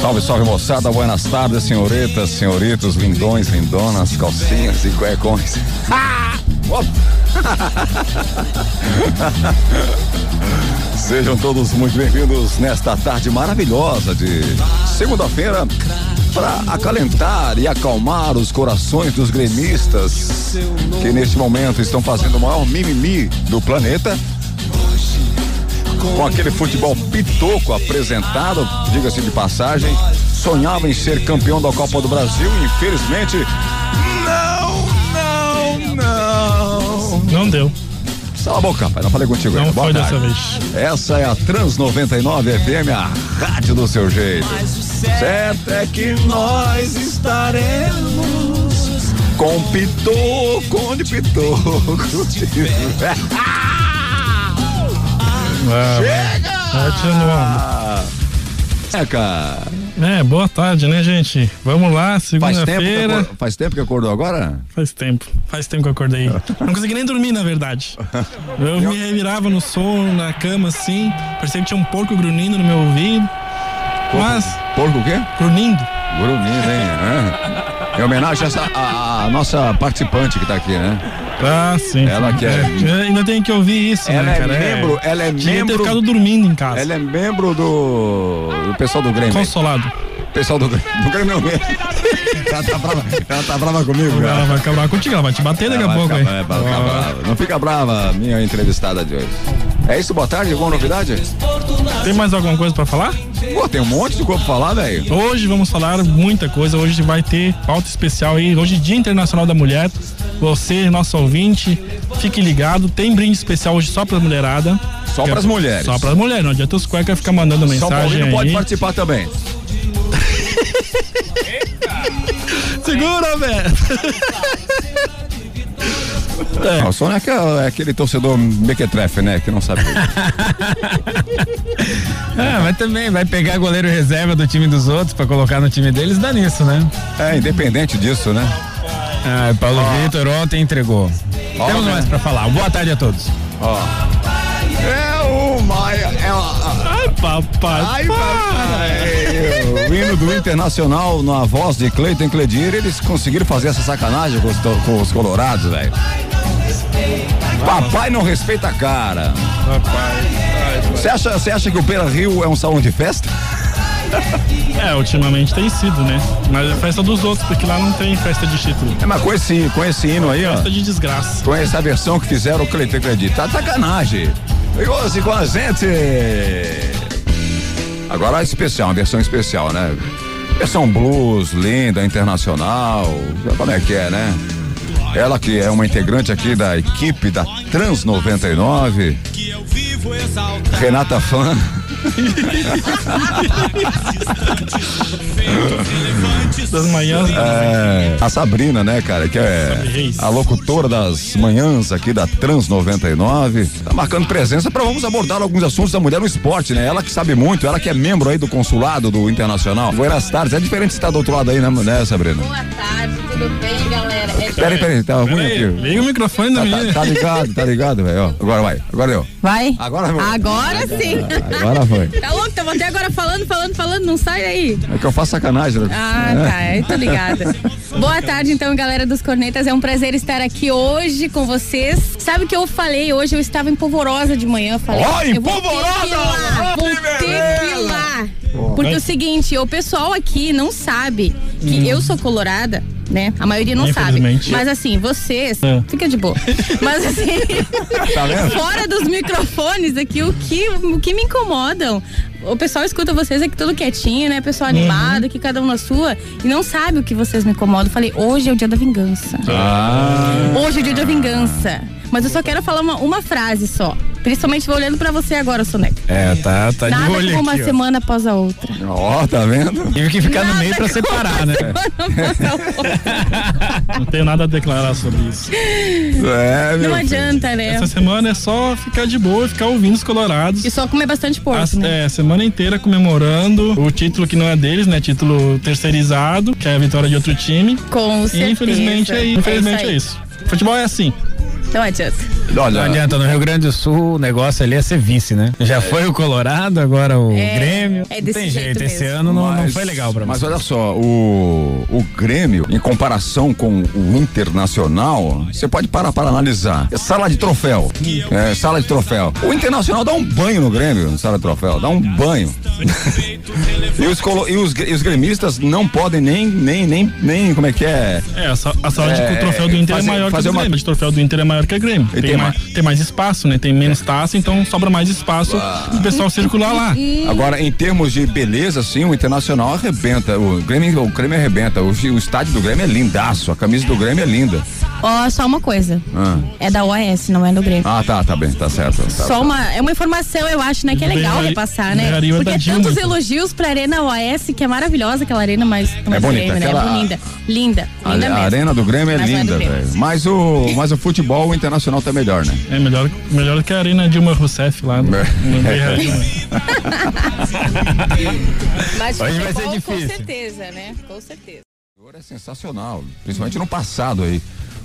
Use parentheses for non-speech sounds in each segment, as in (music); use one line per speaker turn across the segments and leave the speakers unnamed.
Salve, salve moçada, buenas tardes, senhoretas, senhoritos, lindões, lindonas, calcinhas e cuecões. (laughs) Ah! Sejam todos muito bem-vindos nesta tarde maravilhosa de segunda-feira para acalentar e acalmar os corações dos gremistas que neste momento estão fazendo o maior mimimi do planeta com aquele futebol pitoco apresentado, diga-se de passagem, sonhava em ser campeão da Copa do Brasil e infelizmente não, não, não.
Não deu.
Cala a boca, pai, não falei contigo
Não
ainda. Boa
foi
tarde.
dessa vez.
Essa é a Trans 99 FM, a rádio do seu jeito. Certo é que nós estaremos com pitoco de pitoco.
Ah, vai tirando onda.
Ah, É, cara.
É, boa tarde, né, gente? Vamos lá,
Faz tempo, que
segunda-feira.
acor- faz tempo que acordou agora?
Faz tempo, faz tempo que eu acordei. Não consegui nem dormir, na verdade. Eu me revirava no sono, na cama, assim. Parecia que tinha um porco grunhindo no meu ouvido. Mas,
Porco o quê?
grunindo.
Grumins, hein? Hã? Em homenagem a, essa- a- a nossa participante que tá aqui, né?
Ah, sim.
Ela
sim.
que é-
Eu ainda tem que ouvir isso,
Ela
né,
é
cara?
membro, ela é
Devia ter
membro.
ficado dormindo em casa.
Ela é membro do. do pessoal do Grêmio.
Consolado.
Pessoal do Grêmio. Do Grêmio é
(laughs)
mesmo. Ela tá brava, ela tá brava comigo,
Ela
cara.
vai acabar contigo, ela vai te bater daqui
Ela
a
vai
pouco,
ficar-
hein?
é, vai ficar brava. Não fica brava, minha entrevistada de hoje. É isso, boa tarde, alguma novidade?
Tem mais alguma coisa pra falar?
Pô, tem um monte de coisa pra falar, velho.
Hoje vamos falar muita coisa. Hoje vai ter pauta especial aí. Hoje é Dia Internacional da Mulher. Você, nosso ouvinte, fique ligado. Tem brinde especial hoje só pra mulherada.
Só pras mulheres.
Só pras mulheres. Não adianta os cuecas ficar mandando
São
mensagem
Paulino
aí.
um pode participar também.
Segura, velho.
Ah, o Sônia é aquele, é aquele torcedor mequetrefe, né? Que não sabe.
Ah, mas também vai pegar goleiro reserva do time dos outros pra colocar no time deles, dá nisso, né?
É, independente disso, né?
Ah, Paulo Vitor ontem entregou. Temos
né?
mais pra falar. Boa tarde a todos.
Ó. É o Maia. É a- a-
Ai, papai.
ai,
É,
papai. O hino do Internacional na voz de Cleiton Cledir, eles conseguiram fazer essa sacanagem com os, to- com os colorados, velho. Papai não respeita a cara. Você acha, você acha que o Pera Rio é um salão de festa?
É, ultimamente tem sido, né? Mas é festa dos outros, porque lá não tem festa de título.
É, mas com esse, com esse hino aí, ó.
Festa de desgraça.
com essa versão que fizeram o Cleiton Credit. Tá sacanagem. E hoje com a gente. Agora a especial, uma versão especial, né? Versão blues, linda, internacional. Sabe Como é que é, né? Ela que é uma integrante aqui da equipe da Trans 99. (laughs) Renata Fã.
Das manhãs.
É, a Sabrina, né, cara, que é
Reis.
a locutora das manhãs aqui da Trans 99, tá marcando presença para vamos abordar alguns assuntos da mulher no esporte, né? Ela que sabe muito, ela que é membro aí do consulado do Internacional. Buenas tardes, é diferente estar do outro lado aí, né, né, Sabrina?
Boa tarde, tudo bem, galera? É que-
Peraí, peraí, tá ruim
Peraí,
aqui.
liga o microfone da
Tá,
menina.
tá- tá ligado, tá ligado, velho. ó. Agora vai, agora deu.
Vai?
Agora vou.
Agora sim.
Agora foi.
Tá louco? Tava até agora falando, falando, falando, não sai daí.
É que eu faço sacanagem, né?
Ah, tá, é, tô ligada. Boa tarde, então, galera dos Cornetas. É um prazer estar aqui hoje com vocês. Sabe o que eu falei hoje? Eu estava em polvorosa de manhã. Falei,
Ó, em
eu vou ter que ir
Polvorosa!
lá, Vou ter que ir lá.
Né?
Porque é o seguinte, o pessoal aqui não sabe que eu sou colorada, né? A maioria não sabe.
Infelizmente.
Mas assim, vocês.
É.
Fica de boa. Mas assim.
Tá vendo?
fora dos microfones aqui, o que, o que me incomodam. O pessoal escuta vocês aqui tudo quietinho, né? Pessoal animado, aqui cada um na sua. E não sabe o que vocês me incomodam. Falei, hoje é o dia da vingança.
Ah,
Hoje é o dia da vingança. Mas eu só quero falar uma, uma frase só. Principalmente vou olhando pra você agora, Soneca.
É, tá, tá de
Nada
olho
como uma
aqui. ó.
semana após a outra.
ó, tá vendo?
Tive que ficar no
Nada
meio pra
como
separar, né?
Semana após a outra.
Não tenho nada a declarar sobre isso.
É, meu.
Não adianta, né?
Essa semana é só ficar de boa, ficar ouvindo os colorados.
E só comer bastante
A
porco, né?
é, semana inteira comemorando o título que não é deles, né? Título terceirizado, que é a vitória de outro time.
Com certeza.
E infelizmente é,
É
infelizmente é isso. Futebol é assim.
Não adianta.
Olha,
Não adianta, no Rio Grande do Sul o negócio ali é ser vice, né? Já foi o Colorado, agora o
É,
Grêmio.
é desse
não tem
jeito
jeito, esse
mesmo.
ano não, não
mas-
foi legal pra mim.
Mas olha só, o, o Grêmio, em comparação com o Internacional, você pode parar para analisar. É sala de troféu. É, sala de troféu. O Internacional dá um banho no Grêmio, na sala de troféu. Dá um banho. (laughs) e, os, colo- e os gre- e os gremistas não podem nem, nem, nem, nem, como é que é?
É, a, sa- a sala
É,
de troféu do Inter
fazer-
é maior que
fazer
o
uma-
Grêmio. A de troféu do Inter é maior que a Grêmio. Tem,
tem
mais,
mais-
tem mais espaço, né? Tem menos taça, então sobra mais espaço pro pessoal circular lá.
Agora, em termos de beleza, sim, o Internacional arrebenta. O Grêmio, o Grêmio arrebenta. O, o estádio do Grêmio é lindaço. A camisa do Grêmio é linda.
Ó, só uma coisa.
Ah.
É da OAS, não é do Grêmio.
Ah, tá, tá bem, tá certo. tá
Só uma, é uma informação, eu acho, né? Que é
Bem,
legal
Ari-
repassar, né?
Ari, eu
Porque é
tadinho,
tantos
né?
elogios pra Arena OAS, que é maravilhosa aquela arena, mas não
É bonita,
Grêmio, né?
aquela-
É bonita. Linda.
A,
Linda né,
a
mesmo.
arena do Grêmio é
Mas não é do
linda,
Grêmio.
velho. Mas o, mas o futebol internacional tá melhor, né?
É melhor, melhor que a Arena Dilma Rousseff lá. né? No,
É.
no Beira Rio, né?
(laughs) Mas
Hoje vai ser
futebol,
difícil.
Com certeza, né? Com certeza.
É sensacional, principalmente no passado aí.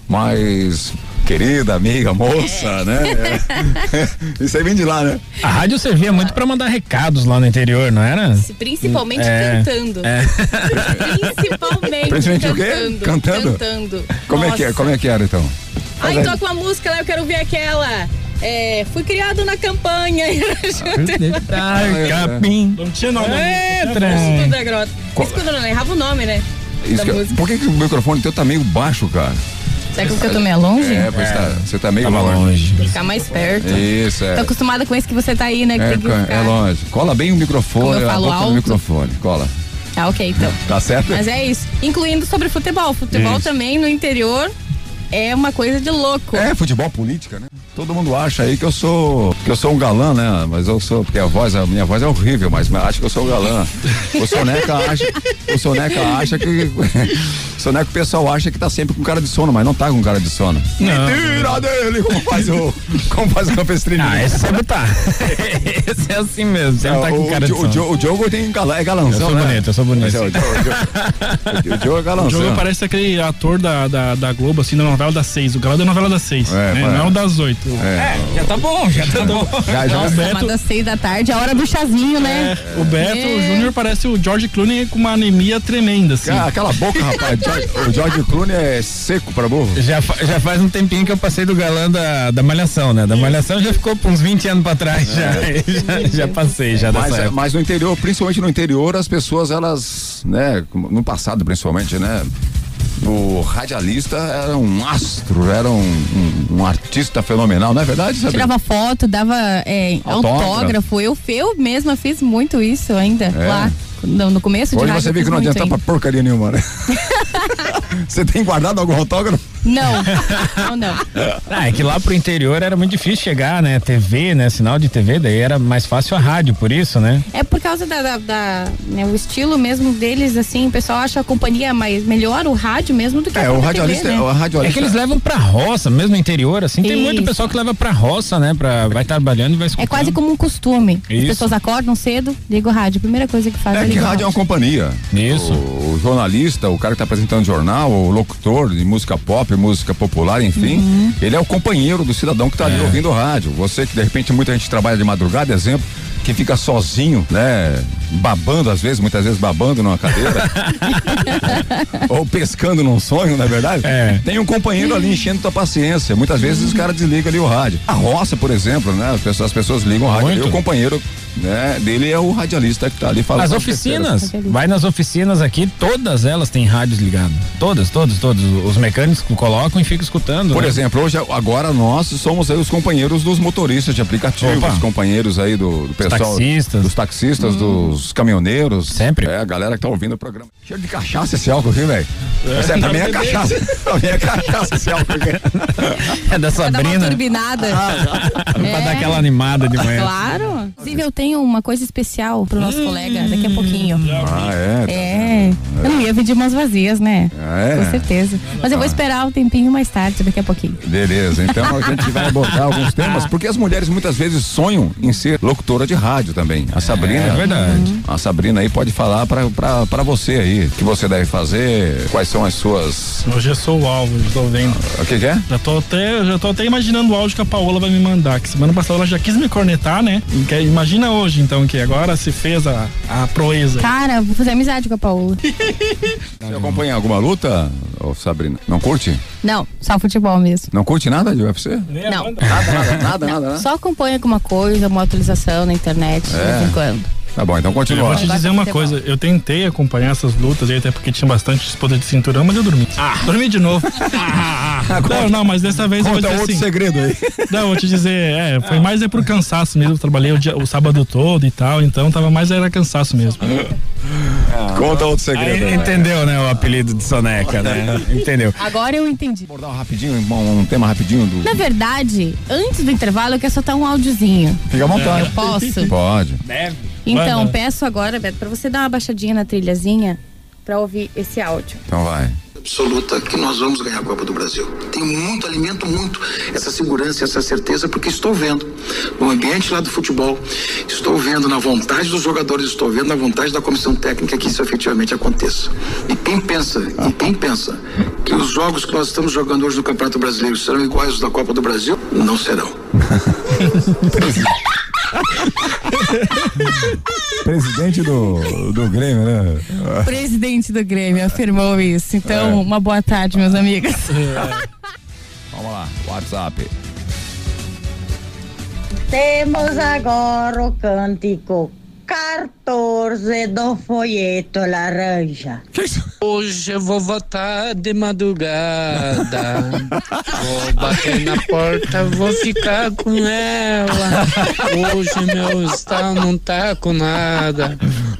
Mas, querida amiga, moça, né?
(laughs)
É. Isso aí vem de lá, né?
A rádio servia muito pra mandar recados lá no interior, não era?
Se-
Hum,
Principalmente
É,
cantando. Principalmente,
Principalmente o quê?
cantando.
Cantando?
Cantando.
Como é, que, é-
Nossa.
como é que era então?
Aí toca uma música lá, eu quero ver aquela. É, fui criado na campanha.
Capim.
(laughs) Não tinha nome.
É,
Entra.
Escudo da grota.
Qual-
Escudo não, errava o nome, né?
Isso
da
que-
música.
por que, que o microfone teu tá meio baixo, cara?
Será que é porque eu tô meio longe?
É, pois tá, você tá meio
Tava
longe.
longe.
Vou Ficar mais perto.
Isso, é.
Tô acostumada com esse que você tá aí, né? Que
É,
tem que ficar.
é longe. Cola bem o
Como
microfone,
eu
a
falo
boca
alto?
no microfone. Cola.
Tá, ok, então.
Tá certo?
Mas é isso. Incluindo sobre futebol. Futebol
Isso.
também no interior é uma coisa de louco.
É, futebol política, né? Todo mundo acha aí que eu sou. que eu sou um galã, né? Mas eu sou. Porque a voz, a minha voz é horrível, mas acho que eu sou um galã.
(laughs)
O (laughs) Soneca acha. O Soneca acha que. (laughs) O Soneca o pessoal acha que tá sempre com cara de sono, mas não tá com cara de sono.
Não.
Mentira dele! Como faz o. Como faz o campestrinho?
Ah, esse sempre tá. (laughs) esse é assim mesmo. Sempre tá
o,
com cara de
o,
sono.
Diogo- o Diogo tem galã, é galãzão,
Eu sou
né?
bonito, eu sou bonito.
Mas é, o Diogo- o Diogo- o
(laughs)
Diogo é
O
galãzão.
jogo parece aquele ator da, da, da Globo, assim, da novela das seis. O galo da novela das seis.
É,
né?
parece.
Não é o das oito.
(laughs) É, já tá bom, já tá bom.
Ah, Já, é já-
Nossa,
Beto-
uma das seis da tarde, a hora do chazinho, né?
O Beto
É.
Júnior parece o George Clooney com uma anemia tremenda, assim.
Cara, Aquela Ah, boca, (laughs) rapaz. George- o George Clooney é seco pra burro.
Já, fa- já faz um tempinho que eu passei do galã da, da Malhação, né? Da Malhação já ficou por uns 20 anos pra trás. Já, já, (laughs) já passei, já É dessa
É. Mas, é
época.
mas no interior, principalmente no interior, as pessoas, elas, né, no passado principalmente, né, o radialista era um astro, era um, um- um artista fenomenal, não é verdade? Sabrina?
Tirava um foto, dava é,
Autógrafo.
autógrafo. Eu, eu mesma fiz muito isso ainda
É.
lá. No, no começo de
Hoje
rádio,
você
eu
vê
fiz
que não
muito
adianta pra
ainda.
porcaria
(laughs)
nenhuma, né? você tem guardado algum autógrafo?
Não, não, não.
Ah, é que lá pro interior era muito difícil chegar, né? TV, né? Sinal de TV, daí era mais fácil a rádio, por isso, né?
É por causa da, da- da- né, o estilo mesmo deles, assim, o pessoal acha a companhia mais melhor o rádio mesmo do que a
É, o
própria
radialista,
TV, né?
o
É
radialista.
que eles levam pra roça, mesmo no interior, assim. Tem muito
Isso.
pessoal que leva pra roça, né? Pra, vai trabalhando e vai
É
escutando.
quase como um costume.
Isso.
As pessoas acordam cedo, ligam o rádio. A primeira coisa que fazem
É que
ligar o
rádio é uma companhia.
Isso.
O, o jornalista, o cara que tá apresentando jornal, o locutor de música pop, música popular, enfim, ele é o companheiro do cidadão que tá
É.
ali ouvindo o rádio. Você que de repente muita gente trabalha de madrugada, exemplo, que fica sozinho, né? Babando às vezes, muitas vezes babando
(laughs)
numa cadeira. Ou pescando num sonho, na verdade.
É.
Tem um companheiro ali enchendo tua paciência. Muitas vezes os caras desligam ali o rádio. A roça, por exemplo, né? As pessoas, as pessoas ligam o rádio
Muito.
ali, o companheiro né, dele é o radialista que tá ali falando.
As
as besteiras.
oficinas, vai nas oficinas aqui, todas elas têm rádios ligados. Todas, todas, todas. Os mecânicos colocam e ficam escutando.
Por
né? (laughs)
exemplo, hoje agora nós somos aí os companheiros dos motoristas de aplicativos,
Opa.
os companheiros aí do, do pessoal.
taxistas. Hum.
Dos taxistas, dos caminhoneiros.
Sempre.
É, a galera que tá ouvindo o programa. Cheiro de cachaça esse álcool aqui, velho. Essa é, pra
dá
mim é
pra beber.
cachaça. pra mim é cachaça esse álcool aqui.
É da
Pra dar uma
Sabrina.
turbinada.
Ah,
(laughs)
Pra dar
É.
aquela animada de manhã.
Claro.
Hum.
Inclusive, eu tenho uma coisa especial pro nosso colega daqui a pouquinho.
Ah, Hum. é.
É, Eu não ia pedir mãos vazias, né?
É. Tá.
Com certeza. Mas eu vou esperar um tempinho mais tarde, daqui a pouquinho.
Beleza, então a gente vai botar alguns temas, porque as mulheres muitas vezes sonham em ser locutora de rádio também. A Sabrina. Uhum.
É verdade.
A Sabrina aí pode falar pra, pra, pra você aí, o que você deve fazer, quais são as suas.
Hoje eu sou o alvo, já tô vendo.
O que, que é?
Já tô, até, já tô até imaginando o áudio que a Paola vai me mandar, que semana passada ela já quis me cornetar, né? E que- Imagina hoje, então, que agora se fez a, a proeza.
Cara, vou fazer amizade com a
(laughs)
Paola.
Você acompanha alguma luta, ô Sabrina? Não curte?
Não, só futebol mesmo.
Não curte nada de UFC?
Não.
Nada, nada, nada, nada, né?
Só acompanha alguma coisa, uma atualização na internet, de
É.
vez em quando.
Tá bom, então
Eu vou
continua.
te
Agora
dizer
tá
uma
futebol.
coisa, eu tentei acompanhar essas lutas aí, até porque tinha bastante disputa de cinturão, mas eu dormi.
Ah.
Dormi de
(laughs)
novo. não, não, mas dessa vez eu vou
Conta
dizer
outro
assim.
segredo aí.
Não, vou te dizer,
(laughs)
é, foi mais é por cansaço mesmo. Eu trabalhei o, dia- o sábado todo e tal, então tava mais era cansaço mesmo.
(laughs) Conta outro segredo.
Aí,
né?
entendeu, né, o apelido de soneca, né? Entendeu.
Agora eu entendi.
Abordar rapidinho, um, um tema rapidinho do.
Na verdade, antes do intervalo, eu quero soltar um áudiozinho.
Fica à vontade.
Posso?
(laughs) Pode.
Então,
manda.
peço agora, Beto, pra você dar uma baixadinha na trilhazinha pra ouvir esse áudio.
Então vai.
absoluta que nós vamos ganhar a Copa do Brasil. Tenho muito, alimento muito essa segurança, essa certeza, porque estou vendo no ambiente lá do futebol, estou vendo na vontade dos jogadores, estou vendo na vontade da comissão técnica que isso efetivamente aconteça. E quem pensa, e quem pensa que os jogos que nós estamos jogando hoje no Campeonato Brasileiro serão iguais aos da Copa do Brasil, não serão. (laughs)
Presidente do, do Grêmio, né?
O (laughs) presidente do Grêmio afirmou isso.
É.
Então, uma boa tarde, meus amigos.
Vamos lá, WhatsApp.
Temos agora o cântico 14 do folheto laranja.
Hoje eu vou votar de madrugada. Vou bater na porta, vou ficar com ela. Hoje meu estado não tá com nada.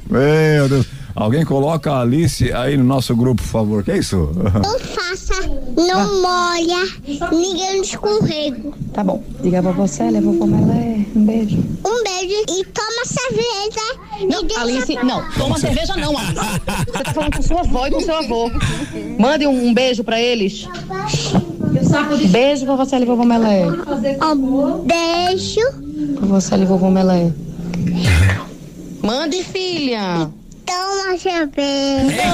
Meu Deus. Alguém coloca a Alice aí no nosso grupo, por favor. Que isso?
Não faça, não molha, ninguém escorrega.
Tá bom. Diga pra você, levou pro Melé. Um beijo.
Um beijo e toma cerveja. e deixa
Alice, não. Toma cerveja não, Alice. Você tá falando com sua avó e com seu avô. Mande um, um beijo pra eles. Beijo pra você, levou pro Melé.
Um beijo.
Pra você, levou pro Melé. Mande, filha.
Toma cerveja.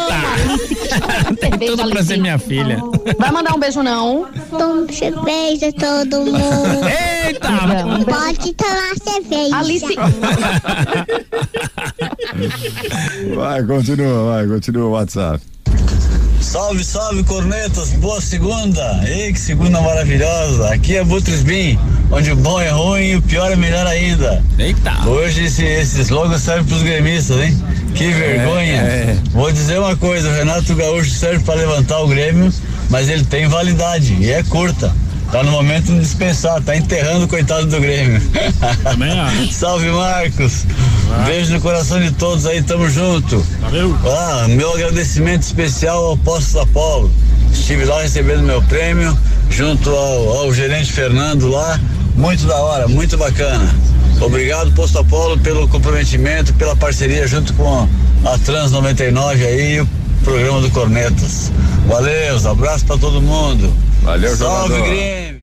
Beijo,
Tudo pra ser minha filha.
Vai mandar um beijo não.
Toma cerveja, todo mundo.
Eita!
Um beijo.
Pode tomar cerveja.
Alice,
Vai, continua, vai, continua o WhatsApp.
Salve, salve, cornetas, boa segunda! Ei, que segunda maravilhosa! Aqui é Butrisbim, onde o bom é ruim e o pior é melhor ainda.
Eita!
Hoje esse, esse slogan serve pros gremistas, hein? Que vergonha!
é.
Vou dizer uma coisa, o Renato Gaúcho serve para levantar o Grêmio, mas ele tem validade e é curta. Tá no momento de dispensar, tá enterrando o coitado do Grêmio.
Também
(laughs)
acho.
Salve Marcos! Beijo no coração de todos aí, tamo junto!
Valeu.
Ah, meu agradecimento especial ao Posto Apolo. Estive lá recebendo meu prêmio, junto ao, ao gerente Fernando lá. Muito da hora, muito bacana. Obrigado, Posto Apolo, pelo comprometimento, pela parceria junto com a Trans 99 aí e o programa do Cornetas. Valeu, abraço pra todo mundo.
Valeu,
Salve,
jogador.
Grêmio!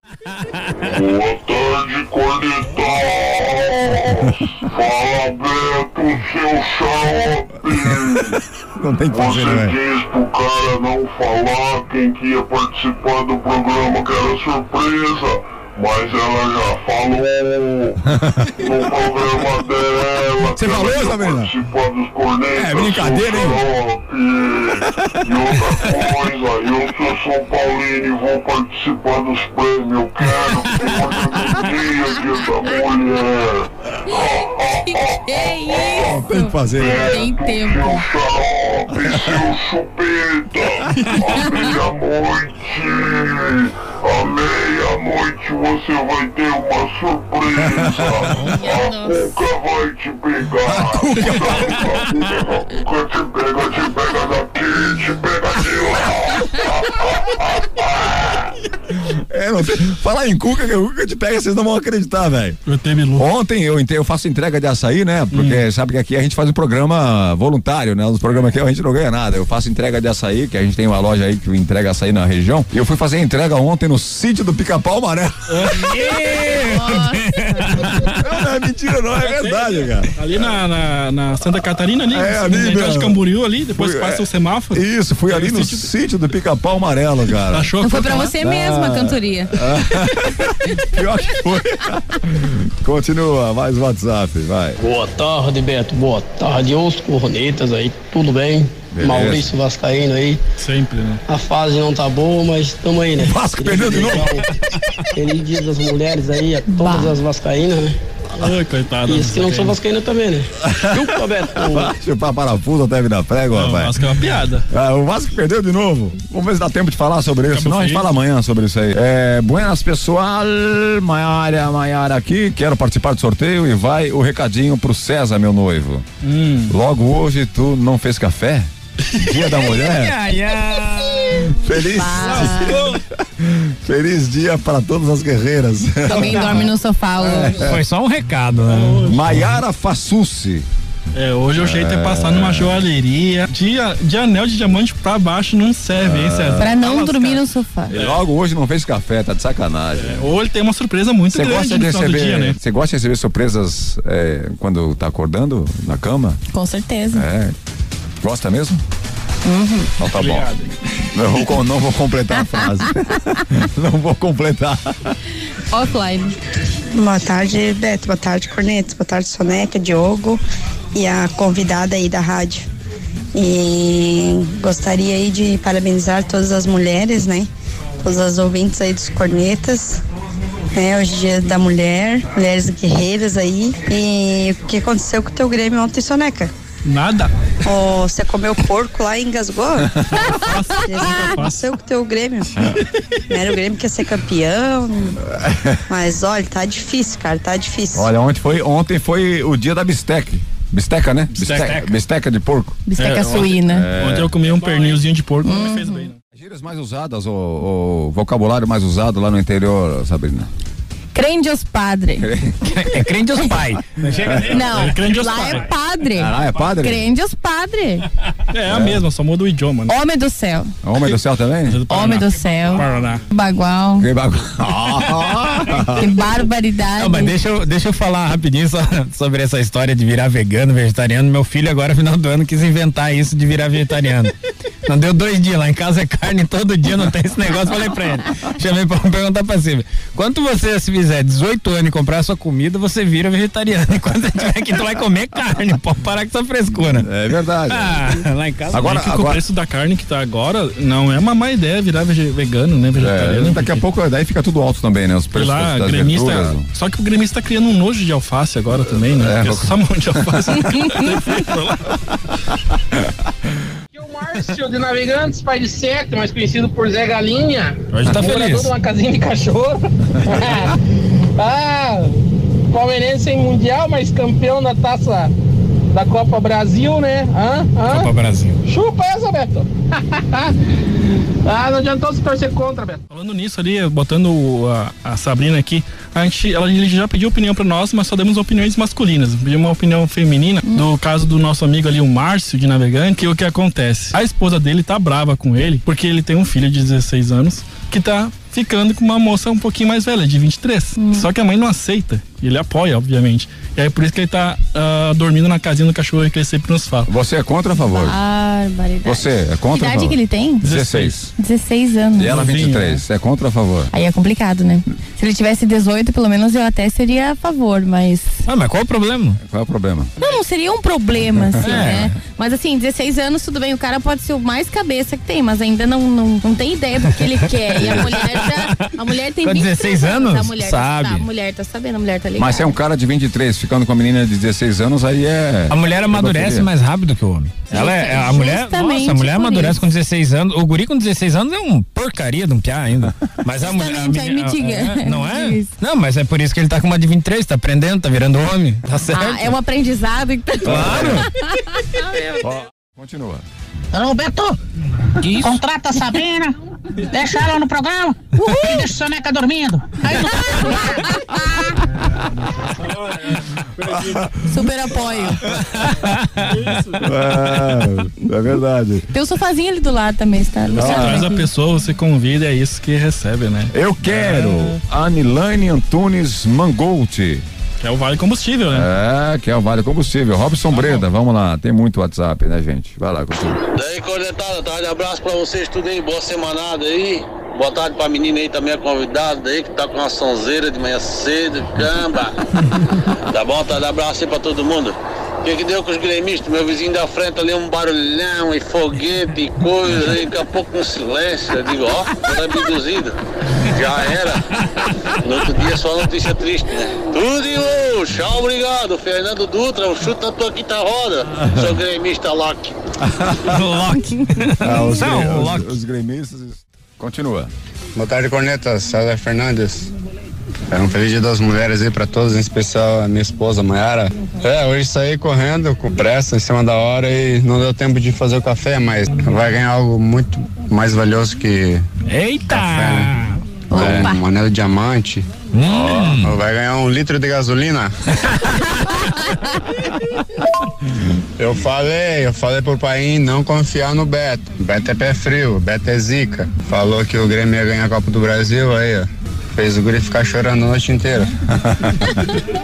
Não tem que fazer, né?
diz pro cara não falar quem que ia participar do programa, que era surpresa. Mas ela já falou no programa dela.
Você
que ela
falou,
ia
Sabrina?
Participar dos cornetas.
É brincadeira, hein?
E, e outra coisa, eu sou São Paulino e vou participar dos prêmios. Eu quero que eu dia dessa mulher.
É isso.
Tem que fazer, né?
Tem tempo.
Seu xarope,
(laughs)
seu chupeta, à meia-noite, à meia-noite você vai ter uma surpresa. A Cuca vai te pegar. A Cuca, te pega, te pega daqui, te pega de lá.
É, não tem- Falar em cuca, que o cuca te pega, vocês não vão acreditar, velho. Ontem eu, entre- eu faço entrega de açaí, né? Porque sabe que aqui a gente faz um programa voluntário, né? Nos programas aqui a gente não ganha nada. Eu faço entrega de açaí, que a gente tem uma loja aí que entrega açaí na região. E eu fui fazer a entrega ontem no sítio do Pica-Pau Amarelo. Não, é mentira, não, é verdade, cara.
Ali na, na- na Santa Catarina, ali,
É,
na
ali,
metade
meu.
de Camboriú ali, depois
Fui-
passa
é.
o semáforo.
Isso, fui ali no sítio do Pica-Pau Amarelo, cara.
Achou
Não foi pra você mesma a
Ah.
cantoria.
(laughs) Pior que foi. Continua, mais WhatsApp, vai.
Boa tarde, Beto. Boa tarde, os cornetas aí. Tudo bem?
Beleza.
Maurício Vascaíno aí.
Sempre, né?
A fase não tá boa, mas estamos aí, né?
Vasco perdeu de novo.
Feliz dia das mulheres aí, a todas as vascaínas, né?
Ai, coitado.
E esse que não sou vascaíno também, né?
(laughs)
Chupa, Beto.
Chupar parafuso até vir na prego, rapaz. O
Vasco é uma piada.
Ah, o Vasco perdeu de novo. Vamos ver se dá tempo de falar sobre isso.
Acabou
Não, a gente
feio.
fala amanhã sobre isso aí. É, buenas, pessoal. Maiara, Maiara aqui. Quero participar do sorteio e vai o recadinho pro César, meu noivo.
Hum.
Logo hoje tu não fez café? Dia da mulher? Feliz. Feliz dia para todas as guerreiras.
Alguém dorme no
É.
sofá hoje.
Foi só um recado, né?
Maiara Fassucci.
É, hoje o jeito é passar numa joalheria. De, de anel de diamante pra baixo não serve, hein,
É.
César?
Pra
Tá
não dormir no sofá.
Logo hoje não fez café, tá de sacanagem.
Ou ele É, tem uma surpresa muito
Você
grande
gosta
no
de
final do dia,
receber,
né?
você gosta de receber surpresas é, quando tá acordando na cama?
Com certeza.
É. Gosta mesmo?
Uhum.
Então tá bom. Não vou, com- não vou completar a frase. não vou completar.
Offline.
Boa tarde, Beto. Boa tarde, Cornetos. Boa tarde, Soneca, Diogo e a convidada aí da rádio. E gostaria aí de parabenizar todas as mulheres, né? Todas as ouvintes aí dos Cornetas. Né? Hoje é dia da mulher, mulheres guerreiras aí. E o que aconteceu com o teu Grêmio ontem, Soneca?
Nada.
Ô, você comeu porco lá e engasgou? Aconteceu com o teu Grêmio. Era o Grêmio que ia ser campeão. Mas olha, tá difícil, cara, tá difícil.
Olha, ontem foi, ontem foi o dia da bisteca. Bisteca, né? Bisteca, bisteca de porco.
Bisteca
É,
suína.
É.
Ontem eu comi um pernilzinho de porco, não me fez bem.
Gírias mais usadas, o, o vocabulário mais usado lá no interior, Sabrina.
Crende aos padre.
É crente
Hum.
aos pai. É.
Não, lá é padre.
Ah, lá é padre?
Crende aos
(laughs)
padre.
É a mesma, só muda o idioma, né?
Homem do céu.
Homem do céu também?
Homem do céu.
Paraná.
Bagual.
Que (laughs) bagu- Ah,
Que barbaridade.
Não, mas deixa eu, deixa eu falar rapidinho só- (laughs) sobre essa história de virar vegano, vegetariano. Meu filho agora, final do ano, quis inventar isso de virar vegetariano. Não deu dois dias, lá em casa é carne todo dia, não tem esse negócio. Falei pra ele. Chamei pra (laughs) perguntar pra Silvia. Quando você se fizer 18 anos e comprar sua comida, você vira vegetariano. (laughs) E quando você tiver aqui, tu vai comer carne. Pode parar com essa frescura.
É verdade.
Ah, lá em casa.
Agora,
Fica com
o
preço
preço da carne que tá agora não é uma má ideia virar vege- vegano, né? Vegetariano.
daqui a pouco daí fica tudo alto tá também, né? Os
Sei
preços
lá,
das
gremista.
verduras. né? É,
Só que o gremista tá criando um nojo de alface agora também, né? Porque só mão de (laughs)
(laughs)
alface. né?
é Márcio de Navegantes, pai de secta, mais conhecido por Zé Galinha.
Hoje tá
Morador
feliz.
de uma casinha de
(laughs)
cachorro. ah, palmeirense em mundial, mas campeão da taça da Copa Brasil, né? Hã? Hã?
Copa Brasil.
Chupa essa, Beto. (laughs) ah, não adiantou se torcer contra, Beto.
Falando nisso ali, botando o- a, a Sabrina aqui, a gente, ela ele já pediu opinião pra nós, mas só demos opiniões masculinas. Pedimos uma opinião feminina
Hum.
do caso do nosso amigo ali, o Márcio de Navegante, e o que acontece? A esposa dele tá brava com ele, porque ele tem um filho de 16 anos que tá ficando com uma moça um pouquinho mais velha, de 23.
Hum.
Só que a mãe não aceita. E ele apoia, obviamente. E aí por isso que ele tá ah, dormindo na casinha do cachorro que ele sempre nos fala.
Você é contra ou a favor?
Barbaridade.
Você é contra? ou
Que Ah, idade
a favor?
que ele tem?
16.
16 anos.
E ela 23. É contra ou a favor?
Aí é complicado, né? Se ele tivesse 18, pelo menos eu até seria a favor, mas.
Ah, mas qual o problema?
Qual é o problema?
Não, não seria um problema, assim,
É.
né? Mas assim, 16 anos, tudo bem, o cara pode ser o mais cabeça que tem, mas ainda não, não, não tem ideia do que ele quer. E a mulher já. A mulher tem
Com
23
16 anos,
A mulher
sabe.
Tá, a mulher tá sabendo, a mulher tá ligada.
Mas se é um cara de 23 ficando com uma menina de 16 anos, aí é.
A mulher amadurece
pedofilia.
mais rápido que o homem. Ela é, a mulher, nossa, a
Justamente
mulher
por
amadurece
isso.
com 16 anos. O guri com 16 anos é um porcaria de um piá ainda. Mas a mulher. a
Justamente, aí
menina-
me diga.
é,
(laughs)
não
Me
é?
diz.
Não, mas é por isso que ele tá com uma de 23, tá aprendendo, tá virando homem. Tá certo.
Ah, é um aprendizado.
Claro.
Continua.
Alô, Beto! Contrata a Sabrina
Deixa ela no programa e deixa o Soneca dormindo. Aí tu...
Super apoio.
(laughs) É, é verdade. Ah.
Tem o sofazinho ali do lado também, tá?
Você traz a pessoa, você convida, é isso que recebe, né?
Eu quero a Anilane Antunes Mangold.
Que é o Vale Combustível,
né? É, que é o Vale Combustível. Robson Breda, vamos lá. Tem muito WhatsApp, né, gente? Vai lá, continua.
Daí, cornetada, tarde, abraço pra vocês tudo aí, boa semanada aí. Boa tarde pra menina aí também, a convidada aí, que tá com uma sonzeira de manhã cedo, camba. tá bom, tarde, abraço aí pra todo mundo. O que, que deu com os gremistas? Meu vizinho da frente ali, um barulhão e foguete e coisa, e daqui a pouco um silêncio. Eu digo, ó, foi abduzido. Já era. No outro dia só notícia triste, né? Tudo em um, tchau, obrigado. Fernando Dutra, o chute na tua quinta roda. Sou gremista Loki.
(laughs) Loki. Ah, os,
Não,
gre- os-
Loki.
os gremistas. Continua.
Boa tarde, Corneta. César Fernandes. É um feliz dia das mulheres aí pra todos, em especial a minha esposa, Mayara. É, hoje saí correndo com pressa, em cima da hora e não deu tempo de fazer o café, mas vai ganhar algo muito mais valioso que.
Eita!
Café, né? É, um anel de diamante. Ó, Vai ganhar um litro de gasolina. Eu falei, eu falei pro pai não confiar no Beto. Beto é pé frio, Beto é zica. Falou que o Grêmio ia ganhar a Copa do Brasil, aí, ó. Fez o guri ficar chorando a noite inteira.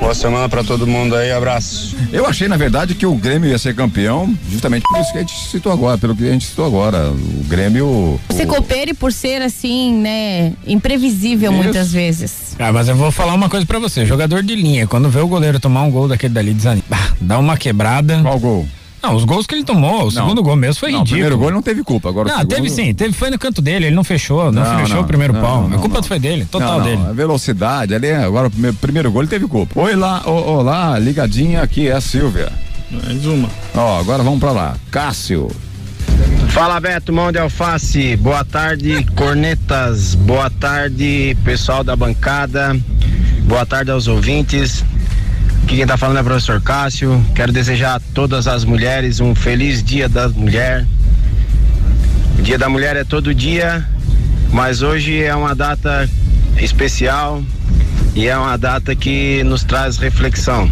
Boa semana pra todo mundo aí, abraço.
Eu achei, na verdade, que o Grêmio ia ser campeão, justamente por isso que a gente citou agora, pelo que a gente citou agora. O Grêmio.
Você coopere por ser assim, né? Imprevisível muitas vezes.
Ah, mas eu vou falar uma coisa pra você. Jogador de linha, quando vê o goleiro tomar um gol daquele dali, desanima. Bah, Dá uma quebrada.
Qual gol?
Não, os gols que ele tomou, o segundo gol mesmo foi
Não, o
ridículo.
primeiro gol ele não teve culpa, agora o
Não,
segundo-
teve sim, teve, foi no canto dele, ele não fechou, não, fechou o primeiro
não,
pau.
não,
a culpa
não.
foi dele, total
Não, não,
dele.
A velocidade ali, agora o primeiro, primeiro gol ele teve culpa. Oi lá, ô, olá, ligadinha aqui é a Silvia.
Mais uma.
Ó, agora vamos pra lá. Cássio.
(laughs) Fala Beto, mão de alface, boa tarde, cornetas, boa tarde, pessoal da bancada, boa tarde aos ouvintes. Aqui quem tá falando é o professor Cássio. Quero desejar a todas as mulheres um feliz dia da mulher. O dia da mulher é todo dia, mas hoje é uma data especial e é uma data que nos traz reflexão.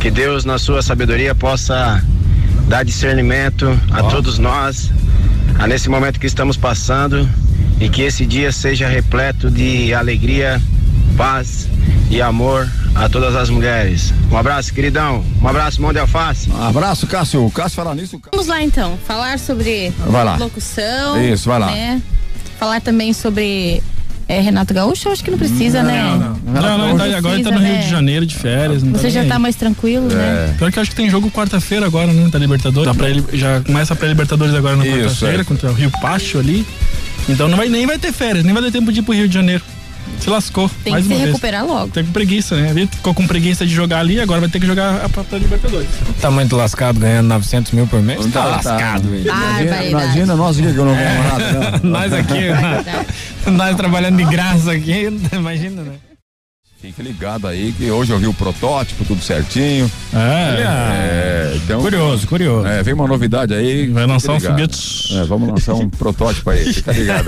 Que Deus, na sua sabedoria, possa dar discernimento a todos nós, a nesse momento que estamos passando, e que esse dia seja repleto de alegria, paz e amor a todas as mulheres. Um abraço, queridão. Um abraço, mão de alface.
Um abraço, Cássio. Cássio falar nisso.
Vamos lá então, falar sobre
Vai lá.
locução.
Isso, vai lá.
né? Falar também sobre é, Renato Gaúcho, eu acho que não precisa, né?
Não, não, tá, agora ele tá no Rio de Janeiro de férias. não
Você já
nem
tá
aí.
mais
É.
tranquilo, né?
Pior que eu acho que tem jogo quarta-feira agora, né? Da Libertadores. Tá pra ele, já começa a pré-Libertadores agora na
Isso,
quarta-feira,
é.
contra o Rio Pacho ali. Então não vai, nem vai ter férias, nem vai ter tempo de ir pro Rio de Janeiro. Se lascou.
Tem
mais
que se
uma vez.
recuperar logo.
Tá com preguiça, né? Ele ficou com preguiça de jogar ali, agora vai ter que jogar a própria Libertadores.
Tá muito lascado ganhando 900 mil por mês? Tá,
Tá, tá.
lascado, velho.
Imagina, imagina nós aqui que eu não ganho
(laughs)
nada. né?
Nós
(laughs)
aqui, né? nós trabalhando de graça aqui, (laughs) imagina, né?
Fique ligado aí que hoje eu vi o protótipo, tudo certinho.
É.
então-
Curioso, curioso.
É, vem uma novidade aí.
Vai lançar um
Fique ligado. É, vamos lançar um protótipo aí,
(laughs)
fica ligado.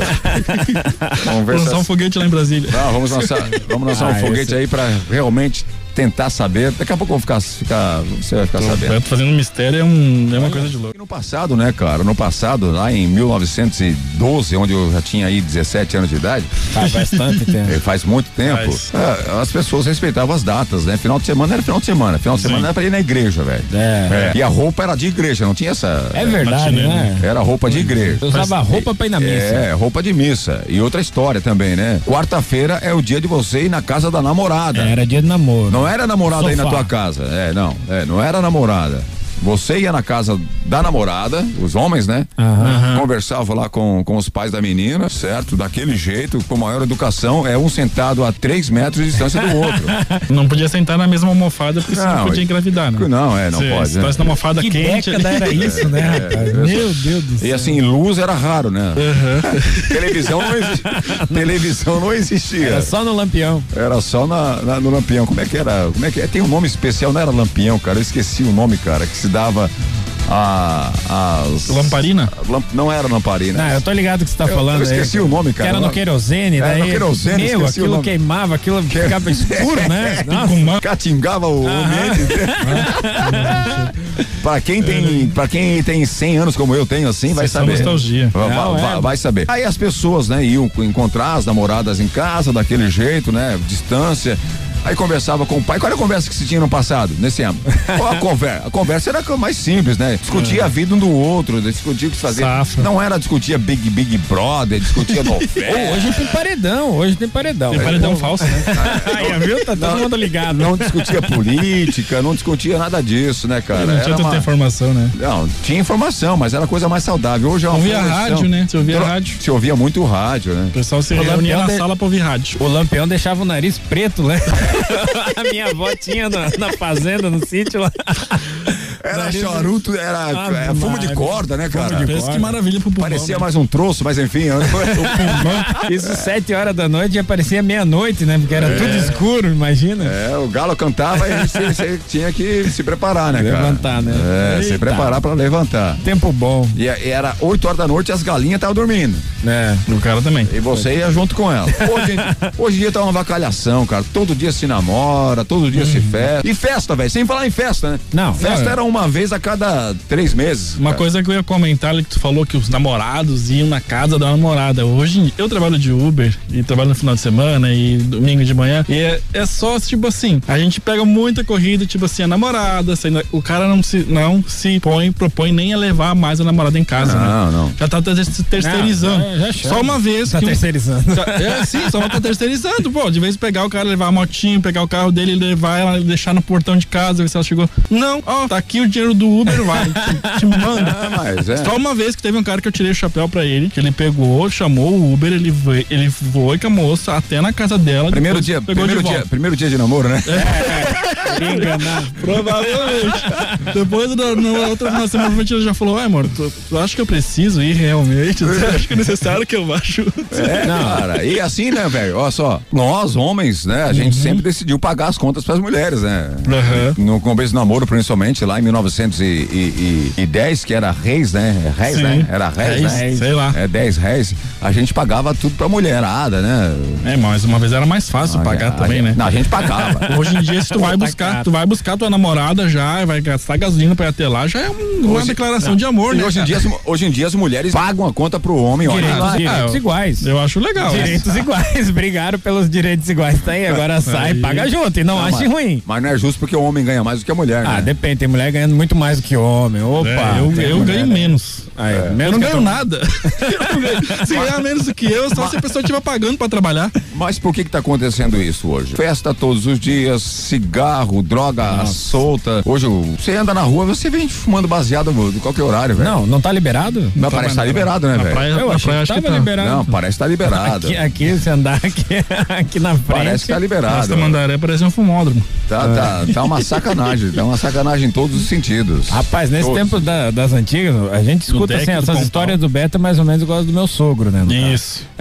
vamos ver
Vou
se
lançar um
as-
foguete lá em Brasília.
Não, vamos lançar, vamos lançar
(laughs) Ah,
um foguete
esse-
aí pra realmente tentar saber. Daqui a pouco eu vou ficar, ficar- você vai ficar
Tô
sabendo.
perto, fazendo mistério é, um- é uma coisa de louco.
No passado, né, cara? No passado, lá em 1912, onde eu já tinha aí 17 anos de idade.
Faz
(laughs)
bastante tempo.
É, Faz muito tempo.
Faz.
é, as pessoas respeitavam as datas, né? Final de semana era final de semana. Final de semana era pra ir na igreja, velho.
É.
É, E a roupa era de igreja, não tinha essa.
É verdade, né?
Era roupa de igreja.
Eu usava roupa pra ir na missa.
É, roupa de missa. E outra história também, né? Quarta-feira é o dia de você ir na casa da namorada.
Era dia de namoro.
Não era namorada aí na
Sofá.
tua casa. É, não. É, não era namorada. Você ia na casa da namorada, os homens, né? Conversava lá com, com os pais da menina, certo? Daquele jeito, com maior educação, é um sentado a três metros de distância do outro.
(laughs) Não podia sentar na mesma almofada porque senão
Não,
podia engravidar, né?
Não, é, não
Se-
pode,
Se
né? É.
tivesse na almofada
Que
quente.
década
(laughs)
era isso, né, rapaz? Meu Deus do
E assim, luz era raro, né? (laughs) televisão não existia. televisão não existia.
Era só no Lampião.
Era só na, na- no Lampião. Como é que era? Como é que é? Tem um nome especial, não era Lampião, cara. Eu esqueci o nome, cara, que se dava a- as. Lamparina? não era lamparina.
Não, eu tô ligado que você tá
Eu-
falando.
eu esqueci
aí.
o nome, cara.
Que era no querosene,
É,
daí.
no querosene,
Meu,
esqueci o
aquilo
nome. É,
queimava, aquilo ficava escuro,
(laughs)
né? Nossa.
Catingava o ambiente.
(laughs)
Pra quem tem, para quem tem 100 anos como eu tenho assim, vai
É. Sessão
saber.
nostalgia.
Va- va-
Não, é.
va- Vai saber. Aí as pessoas, né, iam encontrar as namoradas em casa daquele jeito, né, distância. Aí conversava com o pai. Qual era a conversa que se tinha no passado, nesse
(laughs)
ano? Qual a conversa? A conversa era mais simples, né?
É.
Discutia a vida um do outro, discutia o que se fazia. Não era discutir Big Big
(laughs)
Brother, discutia novela.
Ô, hoje tem paredão, hoje tem paredão.
Tem paredão
falso,
(laughs)
né? Aí, viu? Tá todo mundo ligado.
Não discutia política, não discutia nada disso, né, cara?
Não
Era
tinha tanta
uma-
informação, né?
Não, tinha informação, mas era coisa mais saudável. Hoje é uma
Ouvia
informação.
rádio, né? Se ouvia
Tro-
rádio.
Se ouvia muito rádio, né? O
pessoal se reunia na sala pra ouvir rádio.
O Lampião deixava o nariz preto, né? (laughs) a minha avó tinha na, na fazenda, no sítio lá.
Era charuto, era é, fumo de corda, né, cara?
de Pensa corda. que maravilha pro pulmão,
Parecia
né?
mais um troço, mas enfim. eu-
Isso sete horas da noite e aparecia meia-noite, né? Porque era
É.
tudo escuro, imagina.
É, o galo cantava e você, você tinha que se preparar, né, cara?
Levantar, né?
É, se
Eita.
preparar pra levantar.
Tempo bom.
E, e era 8 horas da noite e as galinhas estavam dormindo.
É.
O cara também.
E você ia junto com ela. Hoje, hoje em dia tá uma vacalhação, cara. Todo dia se namora, todo dia se festa. E festa, velho. Sem falar em festa, né?
Não.
Festa
Não, é.
era uma vez a cada três meses.
Uma coisa que eu ia comentar ali que tu falou que os namorados iam na casa da namorada. Hoje em- eu trabalho de Uber e trabalho no final de semana e domingo de manhã. E é, é só tipo assim, a gente pega muita corrida, tipo assim, a namorada, saindo- o cara não se não se põe, propõe nem a levar mais a namorada em casa.
Não,
né?
não.
Já tá ter- se terceirizando.
Não, já- já chama.
só uma vez.
Tá
que um-
terceirizando.
Tá- é, sim, só tá terceirizando, pô. De vez em pegar o cara, levar a motinho, pegar o carro dele, levar ela, deixar no portão de casa, ver se ela chegou. Não, ó, tá aqui o dinheiro do Uber,
(laughs)
vai. Te, te manda.
Ah, mas é.
Só uma vez que teve um cara que eu tirei o chapéu pra ele, que ele pegou, chamou o Uber, ele foi, ele foi com a moça até na casa dela.
Primeiro
depois
dia,
pegou
primeiro
de
dia,
volta. É.
primeiro dia de namoro, né?
Enganar.
Provavelmente. (laughs) Depois, na, na outra na semana, seguinte, ele já falou: Ué, amor, tu, tu acha que eu preciso ir realmente? Tu acha que é necessário que eu vá junto?
É, cara. E assim, né, velho? Olha só, nós homens, né, a
Uhum.
gente sempre decidiu pagar as contas pras mulheres, né? No começo do namoro, principalmente lá em 1910, que era reis, né? Reis,
Sim.
né? Era reis,
Réis,
né?
sei lá.
É 10 reis. A gente pagava tudo pra mulherada, né?
É, mas uma vez era mais fácil pagar também, né?
Não, a gente pagava.
(laughs)
tá
Hoje em dia, se tu vai buscar, tu vai buscar tua namorada já, vai gastar gasolina pra ir até lá, já é um- uma
Hoje-
declaração
não.
de amor,
E
né?
hoje, em dia,
cara?
as, hoje em dia as mulheres pagam a conta pro homem, olha.
Direitos,
lá.
direitos
Ah,
iguais.
Eu acho legal. né? Ah,
Direitos iguais, brigaram pelos direitos iguais. Tá aí, agora sai,
Aí.
paga junto e não, ache
mas-
ruim.
Mas não é justo porque o homem ganha mais do que a mulher,
Ah,
né?
depende, tem mulher ganhando muito mais do que homem. Opa,
É, eu-
tem
eu
mulher,
ganho
né?
menos.
Aí,
É.
Eu
menos
não
que a
ganho
tua- (laughs)
nada. Eu não ganho- (laughs) Se ganhar menos do que eu, só se a pessoa estiver pagando pra trabalhar.
Mas por que que tá acontecendo isso hoje? Festa todos os dias, cigarro, droga solta. Hoje o- você anda na rua, você vem fumando baseado no- de qualquer horário, velho.
Não, não tá liberado?
Não, parece estar liberado, né,
Na
velho?
praia- Eu na achei praia que acho que tava tá. liberado.
Não,
(laughs)
parece estar liberado.
Aqui, é aqui, se andar aqui, (laughs) aqui na frente.
Parece que tá liberado.
Nossa, Mandaré parece um fumódromo.
É.
Tá, tá,
(laughs)
tá uma sacanagem, tá uma sacanagem em todos os sentidos.
Rapaz, nesse
Todos.
tempo da- das antigas, a gente escuta
deck
assim,
do
essas
Pontal.
histórias do Beto é mais ou menos igual a do meu sogro, né? no caso.
Isso.
(laughs)